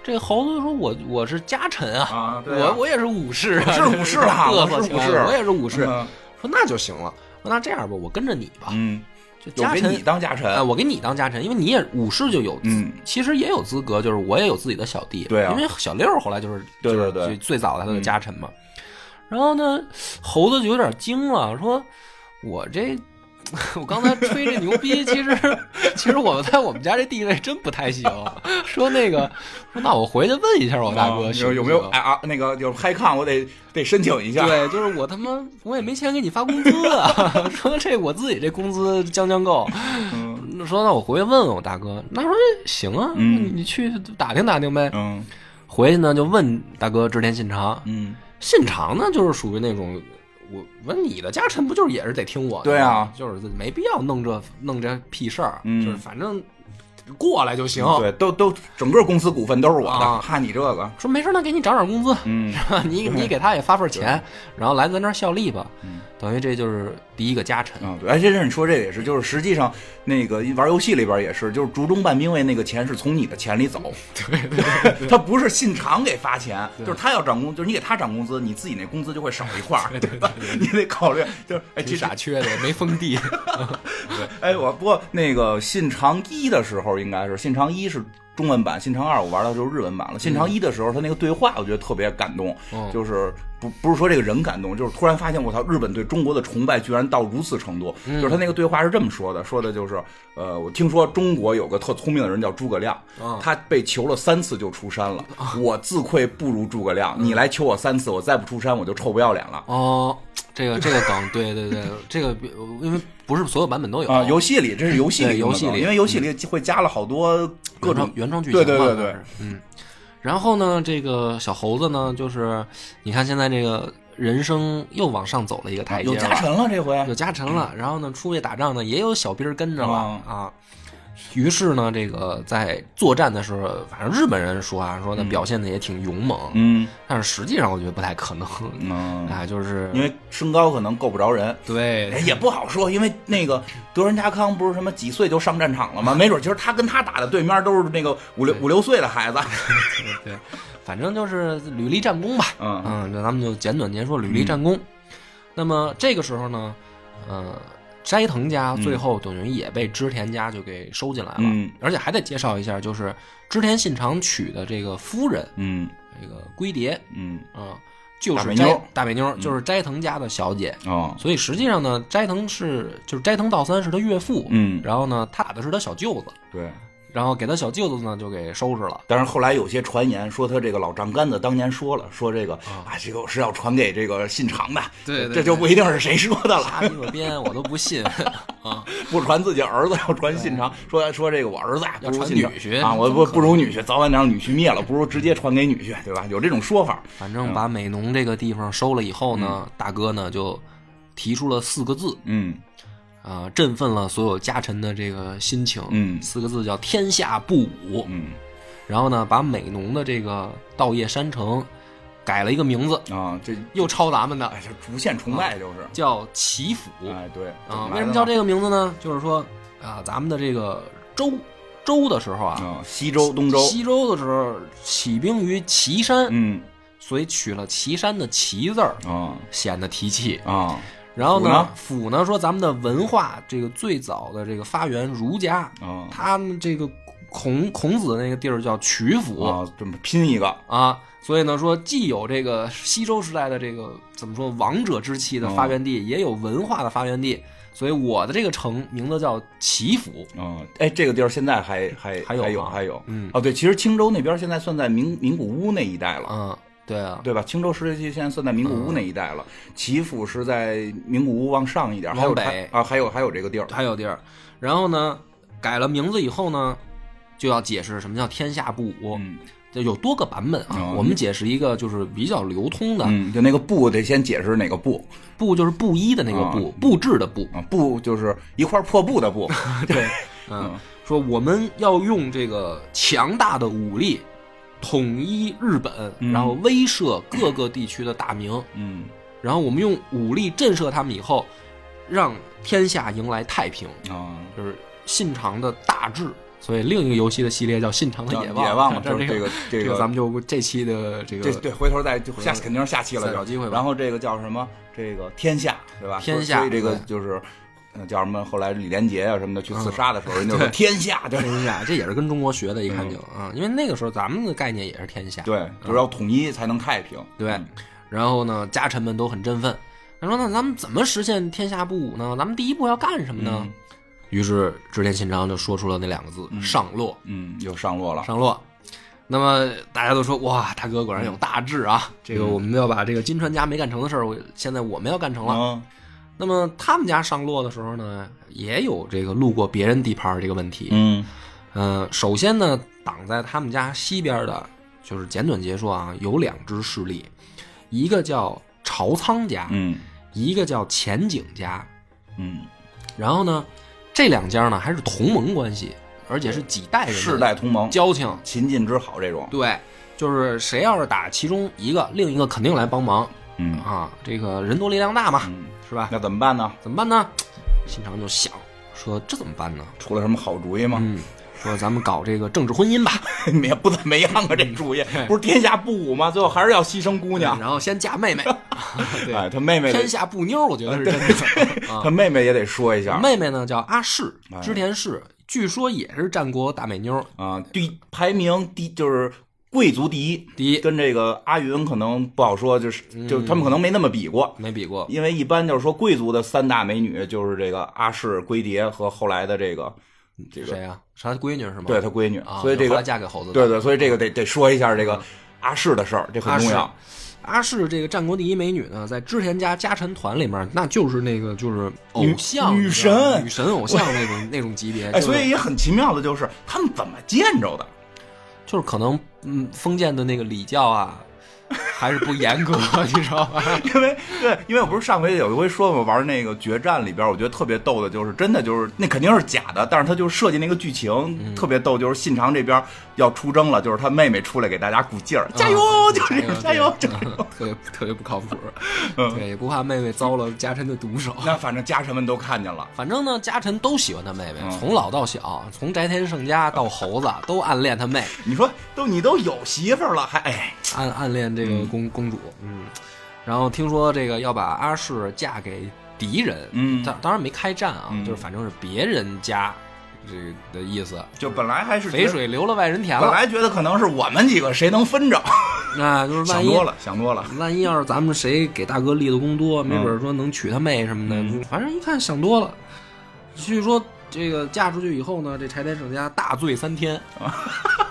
Speaker 3: 这猴子说我我是家臣啊，
Speaker 2: 啊，
Speaker 3: 我我也是武士啊，
Speaker 2: 我是武士啊
Speaker 3: 嘚瑟
Speaker 2: 我是
Speaker 3: 起
Speaker 2: 武
Speaker 3: 来
Speaker 2: 士
Speaker 3: 了我也是武士。
Speaker 2: 嗯
Speaker 3: 说那就行了，说那这样吧，我跟着你吧，
Speaker 2: 嗯，
Speaker 3: 就
Speaker 2: 就
Speaker 3: 家
Speaker 2: 给
Speaker 3: 臣
Speaker 2: 你当家臣
Speaker 3: 哎，，我给你当家臣，因为你也武士就有，
Speaker 2: 嗯，
Speaker 3: 其实也有资格，就是我也有自己的小弟，
Speaker 2: 对啊
Speaker 3: 因为小六后来就是
Speaker 2: 对
Speaker 3: 就
Speaker 2: 对
Speaker 3: 是
Speaker 2: 对嗯
Speaker 3: 最最早他的家臣嘛。然后呢，猴子就有点惊了，说我这。 我刚才吹这牛逼，其实其实我在我们家这地位真不太行。说那个，说那我回去问一下我大哥
Speaker 2: 啊
Speaker 3: 行
Speaker 2: 有
Speaker 3: 不行
Speaker 2: 有没有哎啊那个有嗨抗，我得得申请一下。
Speaker 3: 对，就是我他妈我也没钱给你发工资啊！ 说这我自己这工资将将够，
Speaker 2: 嗯
Speaker 3: 说那我回去问问我大哥。那说行啊，
Speaker 2: 嗯
Speaker 3: 你去打听打听呗。
Speaker 2: 嗯
Speaker 3: 回去呢就问大哥织田信长，
Speaker 2: 嗯，
Speaker 3: 信长呢就是属于那种。我问你的家臣不就是也是得听我的？
Speaker 2: 对啊，
Speaker 3: 就是没必要弄这弄这屁事儿，
Speaker 2: 嗯
Speaker 3: 就是反正过来就行。
Speaker 2: 对，都都整个公司股份都是我的，
Speaker 3: 啊
Speaker 2: 怕你这个，
Speaker 3: 说没事儿，那给你涨 涨工资，
Speaker 2: 嗯
Speaker 3: 你你给他也发份钱，然后来咱这儿效力吧。
Speaker 2: 嗯
Speaker 3: 等于这就是第一个家臣。
Speaker 2: 嗯，对，哎，这是你说这个也是，就是实际上那个玩游戏里边也是，就是竹中半兵卫那个钱是从你的钱里走， 对，他不是信长给发钱，就是他要涨工，就是你给他涨工资，你自己那工资就会少一块儿，对吧？ 你得考虑，就是哎，
Speaker 3: 挺
Speaker 2: 这
Speaker 3: 傻缺的，没封地。
Speaker 2: 哎，我不过那个信长一的时候，应该是信长一是中文版，信长二我玩到就是日文版了。信长一的时候，他那个对话我觉得特别感动，
Speaker 3: 嗯
Speaker 2: 就是不不是说这个人感动，就是突然发现我操，日本对中国的崇拜居然到如此程度。
Speaker 3: 嗯
Speaker 2: 就是他那个对话是这么说的，说的就是呃，我听说中国有个特聪明的人叫诸葛亮，
Speaker 3: 嗯
Speaker 2: 他被求了三次就出山了，
Speaker 3: 啊
Speaker 2: 我自愧不如诸葛亮，你来求我三次，我再不出山我就臭不要脸了。
Speaker 3: 嗯哦，这个这个梗，对对对，这个因为不是所有版本都有
Speaker 2: 啊，游戏里这是游戏里
Speaker 3: 对
Speaker 2: 用的
Speaker 3: 游戏
Speaker 2: 梗
Speaker 3: 里嗯
Speaker 2: 因为游戏里会加了好多各
Speaker 3: 各
Speaker 2: 种
Speaker 3: 种原创剧情
Speaker 2: 嗯对
Speaker 3: 嘛，
Speaker 2: 对对
Speaker 3: 那
Speaker 2: 对
Speaker 3: 是，嗯。然后呢，这个小猴子呢，就是你看现在这个人生又往上走了一个台阶
Speaker 2: 有
Speaker 3: 了，
Speaker 2: 加成了嗯这回，
Speaker 3: 有加成了。然后呢，出去打仗呢，也有小兵儿跟着了
Speaker 2: 哦
Speaker 3: 啊。于是呢，这个在作战的时候，反正日本人说啊，说呢表现的也挺勇猛，
Speaker 2: 嗯
Speaker 3: 但是实际上我觉得不太可能，
Speaker 2: 嗯，
Speaker 3: 啊，就是
Speaker 2: 因为身高可能够不着人。
Speaker 3: 对
Speaker 2: 哎，也不好说，因为那个德仁家康不是什么几岁就上战场了吗？没准其实他跟他打的对面都是那个五六五六岁的孩子。
Speaker 3: 对，反正就是履历战功吧。
Speaker 2: 嗯
Speaker 3: 嗯，那咱们就简短截说履历战功。那么这个时候呢，呃，斋藤家最后等于也被织田家就给收进来了，
Speaker 2: 嗯
Speaker 3: 而且还得介绍一下，就是织田信长娶的这个夫人，
Speaker 2: 嗯
Speaker 3: 这个龟蝶
Speaker 2: 嗯
Speaker 3: 啊、就
Speaker 2: 大美
Speaker 3: 是
Speaker 2: 妞嗯
Speaker 3: 斋大美妞，就是斋藤家的小姐。
Speaker 2: 哦
Speaker 3: 所以实际上呢，斋藤是就是斋藤道三是他岳父，
Speaker 2: 嗯
Speaker 3: 然后呢，他打的是他小舅子，
Speaker 2: 对。
Speaker 3: 然后给他小舅子呢就给收拾了。
Speaker 2: 但是后来有些传言说他这个老丈杆子当年说了，说这个啊这个我是要传给这个信长的，
Speaker 3: 哦对对
Speaker 2: 这就不一定是谁说的了。
Speaker 3: 瞎鸡巴编，我都不信 啊！
Speaker 2: 不传自己儿子，要传信长，说说这个我儿子呀，
Speaker 3: 要
Speaker 2: 不如
Speaker 3: 传
Speaker 2: 信长
Speaker 3: 女婿
Speaker 2: 啊，我
Speaker 3: 怎
Speaker 2: 不
Speaker 3: 么可
Speaker 2: 不如女婿，早晚得让女婿灭了，不如直接传给女婿，对吧？有这种说法，
Speaker 3: 反正把美浓这个地方收了以后呢，大哥呢就提出了四个字
Speaker 2: 嗯
Speaker 3: 啊、振奋了所有家臣的这个心情。
Speaker 2: 嗯
Speaker 3: 四个字叫“天下不武
Speaker 2: 嗯”。
Speaker 3: 然后呢，把美浓的这个稻叶山城改了一个名字，
Speaker 2: 啊，这
Speaker 3: 又抄咱们的，
Speaker 2: 哎，这逐渐崇拜就是，
Speaker 3: 叫祈府
Speaker 2: 哎对
Speaker 3: 啊。为什么叫这个名字呢？就是说啊，咱们的这个州州的时候啊，
Speaker 2: 啊？西周、东周，
Speaker 3: 西周的时候起兵于岐山，
Speaker 2: 嗯
Speaker 3: 所以取了岐山的岐字儿，
Speaker 2: 啊
Speaker 3: 显得提气。
Speaker 2: 啊，
Speaker 3: 然后
Speaker 2: 呢
Speaker 3: 呢，府呢说咱们的文化这个最早的这个发源儒家，
Speaker 2: 啊
Speaker 3: 他们这个孔孔子那个地儿叫曲阜
Speaker 2: 啊，这么拼一个，
Speaker 3: 啊，所以呢说既有这个西周时代的这个怎么说王者之气的发源地，也有文化的发源地，所以我的这个城名字叫齐府。
Speaker 2: 嗯，哎，这个地儿现在还还
Speaker 3: 还有吗
Speaker 2: 还有还有，
Speaker 3: 嗯
Speaker 2: 哦，对，其实青州那边现在算在名名古屋那一带了，
Speaker 3: 嗯，对啊，
Speaker 2: 对吧？青州时期现在算在名古
Speaker 3: 嗯
Speaker 2: 屋那一带了，齐府是在名古屋往上一点，还有
Speaker 3: 往北
Speaker 2: 它啊，还有还有这个地儿，
Speaker 3: 还有地儿。然后呢，改了名字以后呢，就要解释什么叫天下不武。
Speaker 2: 嗯
Speaker 3: 就有多个版本啊，
Speaker 2: 哦
Speaker 3: 我们解释一个就是比较流通的，
Speaker 2: 嗯，就那个布得先解释哪个布
Speaker 3: 布就是布衣的那个布，
Speaker 2: 哦
Speaker 3: 布置的布。
Speaker 2: 啊，布就是一块破布的布，
Speaker 3: 对，嗯，说我们要用这个强大的武力统一日本，然后威慑各个地区的大名，
Speaker 2: 嗯
Speaker 3: 然后我们用武力震慑他们以后，让天下迎来太平，
Speaker 2: 啊。
Speaker 3: 就是信长的大志。所以另一个游戏的系列叫《信长的野望》，
Speaker 2: 野望嘛，
Speaker 3: 这
Speaker 2: 就是这
Speaker 3: 个
Speaker 2: 个
Speaker 3: 这
Speaker 2: 这个
Speaker 3: 咱们就这期的这
Speaker 2: 这
Speaker 3: 个
Speaker 2: 对，回头再就下肯定是下期了，
Speaker 3: 再找机会吧
Speaker 2: 然后这个叫什么？这个天下，对吧？
Speaker 3: 天
Speaker 2: 所以
Speaker 3: 下
Speaker 2: 所以这个
Speaker 3: 对嗯
Speaker 2: 就是呃叫什么？后来李连杰啊什么的去自杀的时候，人家说天下，对
Speaker 3: 天下，这也是跟中国学的，一看
Speaker 2: 嗯
Speaker 3: 就啊，因为那个时候咱们的概念也是天下，
Speaker 2: 对，就是要统一才能太平。
Speaker 3: 对，然后呢，家臣们都很振奋。他说：“那咱们怎么实现天下不武呢？咱们第一步要干什么呢？”于是织田信长就说出了那两个字：“上洛，
Speaker 2: 嗯嗯，又上路了。
Speaker 3: 上洛。”那么大家都说：“哇，大哥果然有大志
Speaker 2: 嗯
Speaker 3: 啊！这个我们要把这个金川家没干成的事儿，我现在我们要干成了。
Speaker 2: 嗯，
Speaker 3: 那么他们家上洛的时候呢，也有这个路过别人地盘儿这个问题。
Speaker 2: 嗯
Speaker 3: 嗯、首先呢，挡在他们家西边的，就是简短截说啊，有两支势力，一个叫朝仓家，
Speaker 2: 嗯
Speaker 3: 一个叫前景家。
Speaker 2: 嗯，
Speaker 3: 然后呢，这两家呢还是同盟关系，而且是几代人的
Speaker 2: 世代同盟，
Speaker 3: 嗯交情。
Speaker 2: 秦晋之好这种。
Speaker 3: 对，就是谁要是打其中一个，另一个肯定来帮忙
Speaker 2: 嗯
Speaker 3: 啊。这个人多力量大嘛，
Speaker 2: 嗯，
Speaker 3: 是吧？
Speaker 2: 那怎么办呢？
Speaker 3: 怎么办呢？信长就想说，这怎么办呢？
Speaker 2: 出了什么好主意吗？
Speaker 3: 嗯，说咱们搞这个政治婚姻吧。
Speaker 2: 也不怎么样 啊，这主意
Speaker 3: 嗯
Speaker 2: 不是天下不武吗？最后还是要牺牲姑娘。
Speaker 3: 然后先嫁妹妹，嗯对，
Speaker 2: 哎，他妹妹得，
Speaker 3: 天下不妞，我觉得是真的。
Speaker 2: 他妹妹也得说一下。
Speaker 3: 妹妹呢叫阿市，
Speaker 2: 哎
Speaker 3: 织田氏，据说也是战国大美妞。
Speaker 2: 啊，第排名第就是贵族第一，
Speaker 3: 第一嗯
Speaker 2: 跟这个阿云可能不好说，就是就他们可能没那么比过，
Speaker 3: 没比过，
Speaker 2: 因为一般就是说贵族的三大美女就是这个阿氏、龟蝶和后来的这个这个
Speaker 3: 谁呀？是他闺女是吗？
Speaker 2: 对她闺女
Speaker 3: 啊，，
Speaker 2: 所以这
Speaker 3: 后
Speaker 2: 个
Speaker 3: 来嫁给猴子。
Speaker 2: 对，对，所以这个得得说一下这个阿氏的事儿，这很
Speaker 3: 嗯阿
Speaker 2: 重
Speaker 3: 市
Speaker 2: 要。，
Speaker 3: 阿市这个战国第一美女呢，在织田家家臣团里面，那就是那个就是偶像
Speaker 2: 女
Speaker 3: 你知道吗
Speaker 2: 神
Speaker 3: 女神偶像 那种那种级别。
Speaker 2: 哎，
Speaker 3: 就是
Speaker 2: 所以也很奇妙的就是他们怎么见着的？
Speaker 3: 就是可能，嗯，封建的那个礼教啊，还是不严格，你知道吧？
Speaker 2: 因为对，因为我不是上回有一回说嘛，玩那个决战里边，我觉得特别逗的，就是真的就是那肯定是假的，但是他就是设计那个剧情、
Speaker 3: 嗯
Speaker 2: 特别逗，就是信长这边要出征了，就是他妹妹出来给大家鼓劲儿， 加油，
Speaker 3: 嗯
Speaker 2: 就是
Speaker 3: 哎
Speaker 2: 这种加油，就是这种。
Speaker 3: 特别特别不靠谱，
Speaker 2: 嗯
Speaker 3: 对，也不怕妹妹遭了家臣的毒手。
Speaker 2: 那反正家臣们都看见了，
Speaker 3: 反正呢，家臣都喜欢他妹妹，
Speaker 2: 嗯
Speaker 3: 从老到小，从宅田胜家到猴子，都暗恋他妹，
Speaker 2: 你说都你都有媳妇儿了，还哎，
Speaker 3: 暗暗恋这个公、公主。嗯，然后听说这个要把阿市嫁给敌人，
Speaker 2: 嗯
Speaker 3: 当当然没开战啊，
Speaker 2: 嗯
Speaker 3: 就是反正是别人家这个的意思。
Speaker 2: 就本来还是觉得
Speaker 3: 肥，水流了外人田
Speaker 2: 本
Speaker 3: 了，
Speaker 2: 来觉得可能是我们几个谁能分着，
Speaker 3: 那就是
Speaker 2: 想
Speaker 3: 万一
Speaker 2: 多了，想多了，
Speaker 3: 万一要是咱们谁给大哥立的功多，没准儿说能娶他妹什么的，
Speaker 2: 嗯
Speaker 3: 反正一看想多了。据说这个嫁出去以后呢，这柴田胜家大醉 三天，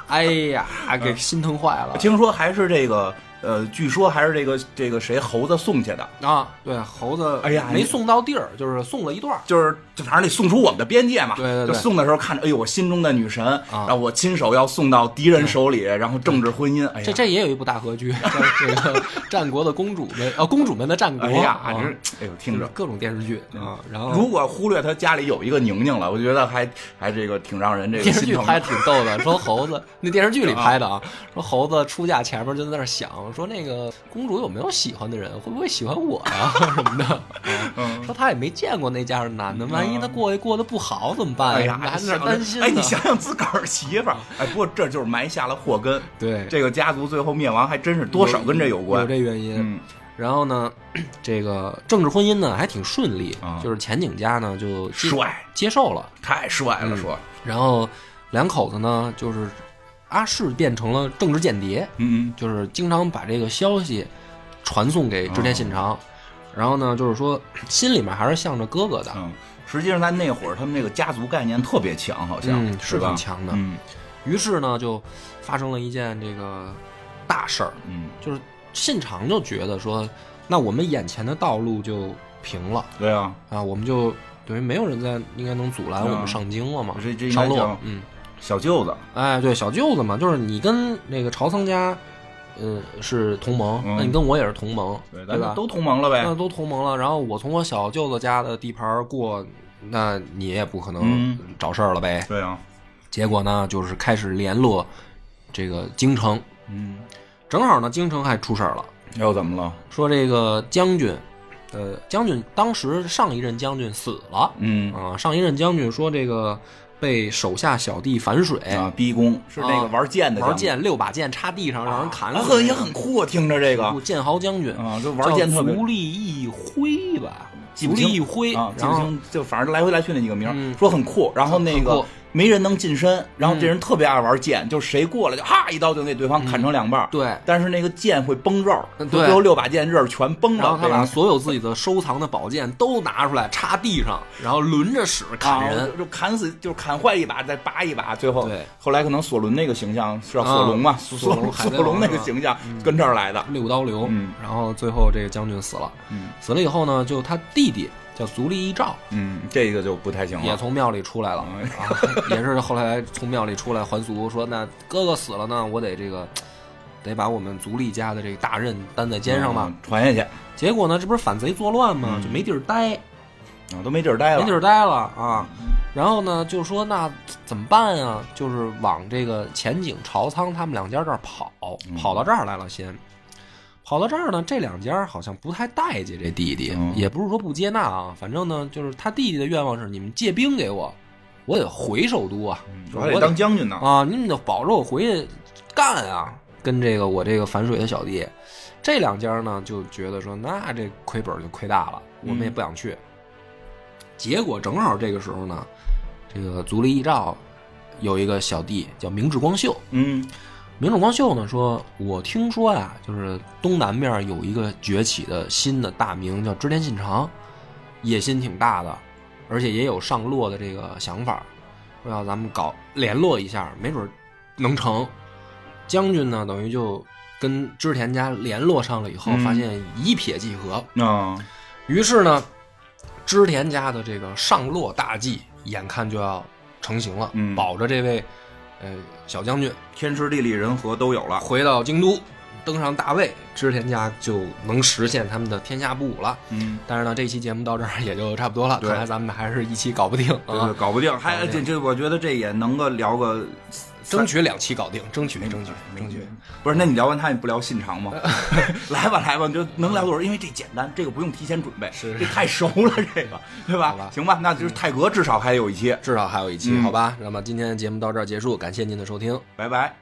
Speaker 3: 哎呀，
Speaker 2: 嗯
Speaker 3: 给心疼坏了。
Speaker 2: 听说还是这个呃，据说还是这个这个谁猴子送去的。
Speaker 3: 啊，对，猴子，
Speaker 2: 哎呀
Speaker 3: 没
Speaker 2: 你
Speaker 3: 送到地儿，就是送了一段儿。
Speaker 2: 就是就反正得送出我们的边界嘛。
Speaker 3: 对对啊对
Speaker 2: 就送的时候看着，哎呦，我心中的女神，然后我亲手要送到敌人手里，然后政治婚姻，哎呀，
Speaker 3: 这这也有一部大 合剧，叫这个《战国的公主们》呃，公主们的战国》
Speaker 2: 哎呀，
Speaker 3: 啊，
Speaker 2: 这哎呦，
Speaker 3: 就
Speaker 2: 听
Speaker 3: 是
Speaker 2: 着。
Speaker 3: 各种电视剧
Speaker 2: 嗯
Speaker 3: 啊。然后
Speaker 2: 如果忽略他家里有一个宁宁了，我觉得还还这个挺让人这个
Speaker 3: 电视
Speaker 2: 心
Speaker 3: 剧
Speaker 2: 疼的。
Speaker 3: 拍的挺逗的，说猴 子那电视剧里拍的啊，说猴子出嫁前面就在那儿想，说那个公主有没有喜欢的人，会不会喜欢我呀、 什么的，嗯说他也没见过那家的男的，万一他过去过得不好怎么办、
Speaker 2: 嗯哎呀，
Speaker 3: 还
Speaker 2: 想
Speaker 3: 是
Speaker 2: 着
Speaker 3: 担心呢。嗯
Speaker 2: 哎，你想想自个儿媳妇儿，哎，不过这就是埋下了祸根。
Speaker 3: 对
Speaker 2: 这个家族最后灭亡还真是多少跟这有
Speaker 3: 有
Speaker 2: 关。
Speaker 3: 这原因。
Speaker 2: 嗯
Speaker 3: 然后呢，这个政治婚姻呢还挺顺利，
Speaker 2: 啊
Speaker 3: 就是前景家呢就接
Speaker 2: 帅，
Speaker 3: 接受了，
Speaker 2: 太帅
Speaker 3: 嗯
Speaker 2: 了，说，
Speaker 3: 然后两口子呢就是阿世变成了政治间谍，
Speaker 2: 嗯
Speaker 3: 就是经常把这个消息传送给织田信长，
Speaker 2: 哦
Speaker 3: 然后呢，就是说心里面还是向着哥哥的
Speaker 2: 嗯，嗯，实际上在那会儿，他们那个家族概念特别强，好像
Speaker 3: 嗯，是
Speaker 2: 吧
Speaker 3: 挺强的。
Speaker 2: 嗯
Speaker 3: 于是呢，就发生了一件这个大事儿，
Speaker 2: 嗯，
Speaker 3: 就是信长就觉得说，那我们眼前的道路就平了
Speaker 2: 对啊，
Speaker 3: 啊，我们就等于没有人在应该能阻拦
Speaker 2: 嗯
Speaker 3: 我们上京了嘛，
Speaker 2: 这这应该
Speaker 3: 上
Speaker 2: 叫
Speaker 3: 路，嗯，
Speaker 2: 小舅子，
Speaker 3: 哎，对，小舅子嘛，就是你跟那个朝仓家。嗯，是同盟，
Speaker 2: 嗯
Speaker 3: 那你跟我也是同盟，
Speaker 2: 对，
Speaker 3: 对
Speaker 2: 咱
Speaker 3: 吧？
Speaker 2: 都同盟了呗
Speaker 3: 那，都同盟了，然后我从我小舅子家的地盘儿过，那你也不可能
Speaker 2: 嗯
Speaker 3: 找事儿了呗。
Speaker 2: 对啊，
Speaker 3: 结果呢，就是开始联络这个京城，
Speaker 2: 嗯，
Speaker 3: 正好呢，京城还出事儿了，
Speaker 2: 又怎么了？
Speaker 3: 说这个将军，呃，将军当时上一任将军死了啊、
Speaker 2: 嗯
Speaker 3: 上一任将军说这个被手下小弟反水，
Speaker 2: 啊，逼宫是那个玩剑的，
Speaker 3: 玩，剑六把剑插地上让人砍
Speaker 2: 啊
Speaker 3: 死，
Speaker 2: 很也很酷啊，听着这个
Speaker 3: 剑豪将军
Speaker 2: 啊，这玩剑
Speaker 3: 叫
Speaker 2: 特别
Speaker 3: 足利义辉吧，
Speaker 2: 记
Speaker 3: 足
Speaker 2: 不清
Speaker 3: 利义辉，
Speaker 2: 啊，记
Speaker 3: 然
Speaker 2: 不
Speaker 3: 后。
Speaker 2: 清，就反正来回来去那几个名
Speaker 3: 嗯
Speaker 2: 儿，说很酷，然后那
Speaker 3: 很
Speaker 2: 个
Speaker 3: 酷嗯
Speaker 2: 没人能近身，然后这人特别爱玩剑，就谁过来就哈一刀就给对方砍成两半儿，
Speaker 3: 对，
Speaker 2: 但是那个剑会崩肉，
Speaker 3: 嗯对
Speaker 2: 最后六把剑刃儿全崩
Speaker 3: 然
Speaker 2: 着
Speaker 3: 后，他
Speaker 2: 对
Speaker 3: 把
Speaker 2: 吧？
Speaker 3: 所有自己的收藏的宝剑都拿出来插地上，然后轮着使
Speaker 2: 啊
Speaker 3: 砍人。
Speaker 2: 就就砍死，就是砍坏一把，再拔一把，最后
Speaker 3: 对
Speaker 2: 后来可能索伦那个形象是叫
Speaker 3: 啊
Speaker 2: 索隆嘛，索
Speaker 3: 索隆海贼
Speaker 2: 索隆
Speaker 3: 王
Speaker 2: 那个
Speaker 3: 是吧嗯
Speaker 2: 形象跟这儿来的，
Speaker 3: 六刀流，
Speaker 2: 嗯
Speaker 3: 然后最后这个将军死了，
Speaker 2: 嗯
Speaker 3: 死了以后呢，就他弟弟叫足利义照，
Speaker 2: 嗯，这个就不太行
Speaker 3: 也
Speaker 2: 了，
Speaker 3: 从庙里出来了，
Speaker 2: 嗯
Speaker 3: 啊， 也是后来从庙里出来还俗，说那哥哥死了呢，我得这个得把我们足利家的这个大任担在肩上吧。
Speaker 2: 嗯，传下去啊，
Speaker 3: 结果呢，这不是反贼作乱吗？
Speaker 2: 嗯
Speaker 3: 就没地儿待，
Speaker 2: 啊都没地儿待了，
Speaker 3: 没地儿待了啊。然后呢，就说那怎么办啊？就是往这个前景朝仓他们两家这儿跑，跑到这儿来了先。跑到这儿呢，这两家好像不太待见这弟弟，
Speaker 2: 嗯
Speaker 3: 也不是说不接纳啊，反正呢，就是他弟弟的愿望是你们借兵给我，我得回首都啊，就
Speaker 2: 我还
Speaker 3: 是
Speaker 2: 得
Speaker 3: 我
Speaker 2: 当将军呢，
Speaker 3: 啊，你们得保着我回去干啊，跟这个我这个反水的小弟。这两家呢就觉得说，那这亏本就亏大了，我们也不想去。结果正好这个时候呢，这个足利义照有一个小弟叫明智光秀，
Speaker 2: 嗯
Speaker 3: 明智光秀呢说，我听说呀、就是东南面有一个崛起的新的大名叫织田信长，野心挺大的，而且也有上洛的这个想法，说要咱们搞联络一下，没准能成。将军呢，等于就跟织田家联络上了以后，
Speaker 2: 嗯
Speaker 3: 发现一撇即合，
Speaker 2: 啊，
Speaker 3: 于是呢，织田家的这个上洛大计眼看就要成型了，
Speaker 2: 嗯
Speaker 3: 保着这位呃小将军。
Speaker 2: 天时地利人和都有了，
Speaker 3: 回到京都，登上大位，织田家就能实现他们的天下不武了。
Speaker 2: 嗯。
Speaker 3: 但是呢，这期节目到这儿也 就差不多了，
Speaker 2: 对
Speaker 3: 看来咱们还是一期搞不定
Speaker 2: 对
Speaker 3: 啊
Speaker 2: 对，，搞不定，
Speaker 3: 搞
Speaker 2: 还
Speaker 3: 不定
Speaker 2: 这这，我觉得这也能够聊个三
Speaker 3: 争取两期搞定，争取争取
Speaker 2: 没
Speaker 3: 争取
Speaker 2: 没。不是，那你聊完他，你不聊信长吗？ 来吧，来吧，就能聊多少？因为这简单，这个不用提前准备，
Speaker 3: 是
Speaker 2: 这太熟了，这个对吧
Speaker 3: 好吧嗯
Speaker 2: 行吧，那就是泰格至少还有一期，
Speaker 3: 至少还有一期，
Speaker 2: 嗯
Speaker 3: 好吧？那么今天的节目到这儿结束，感谢您的收听。
Speaker 2: 拜拜。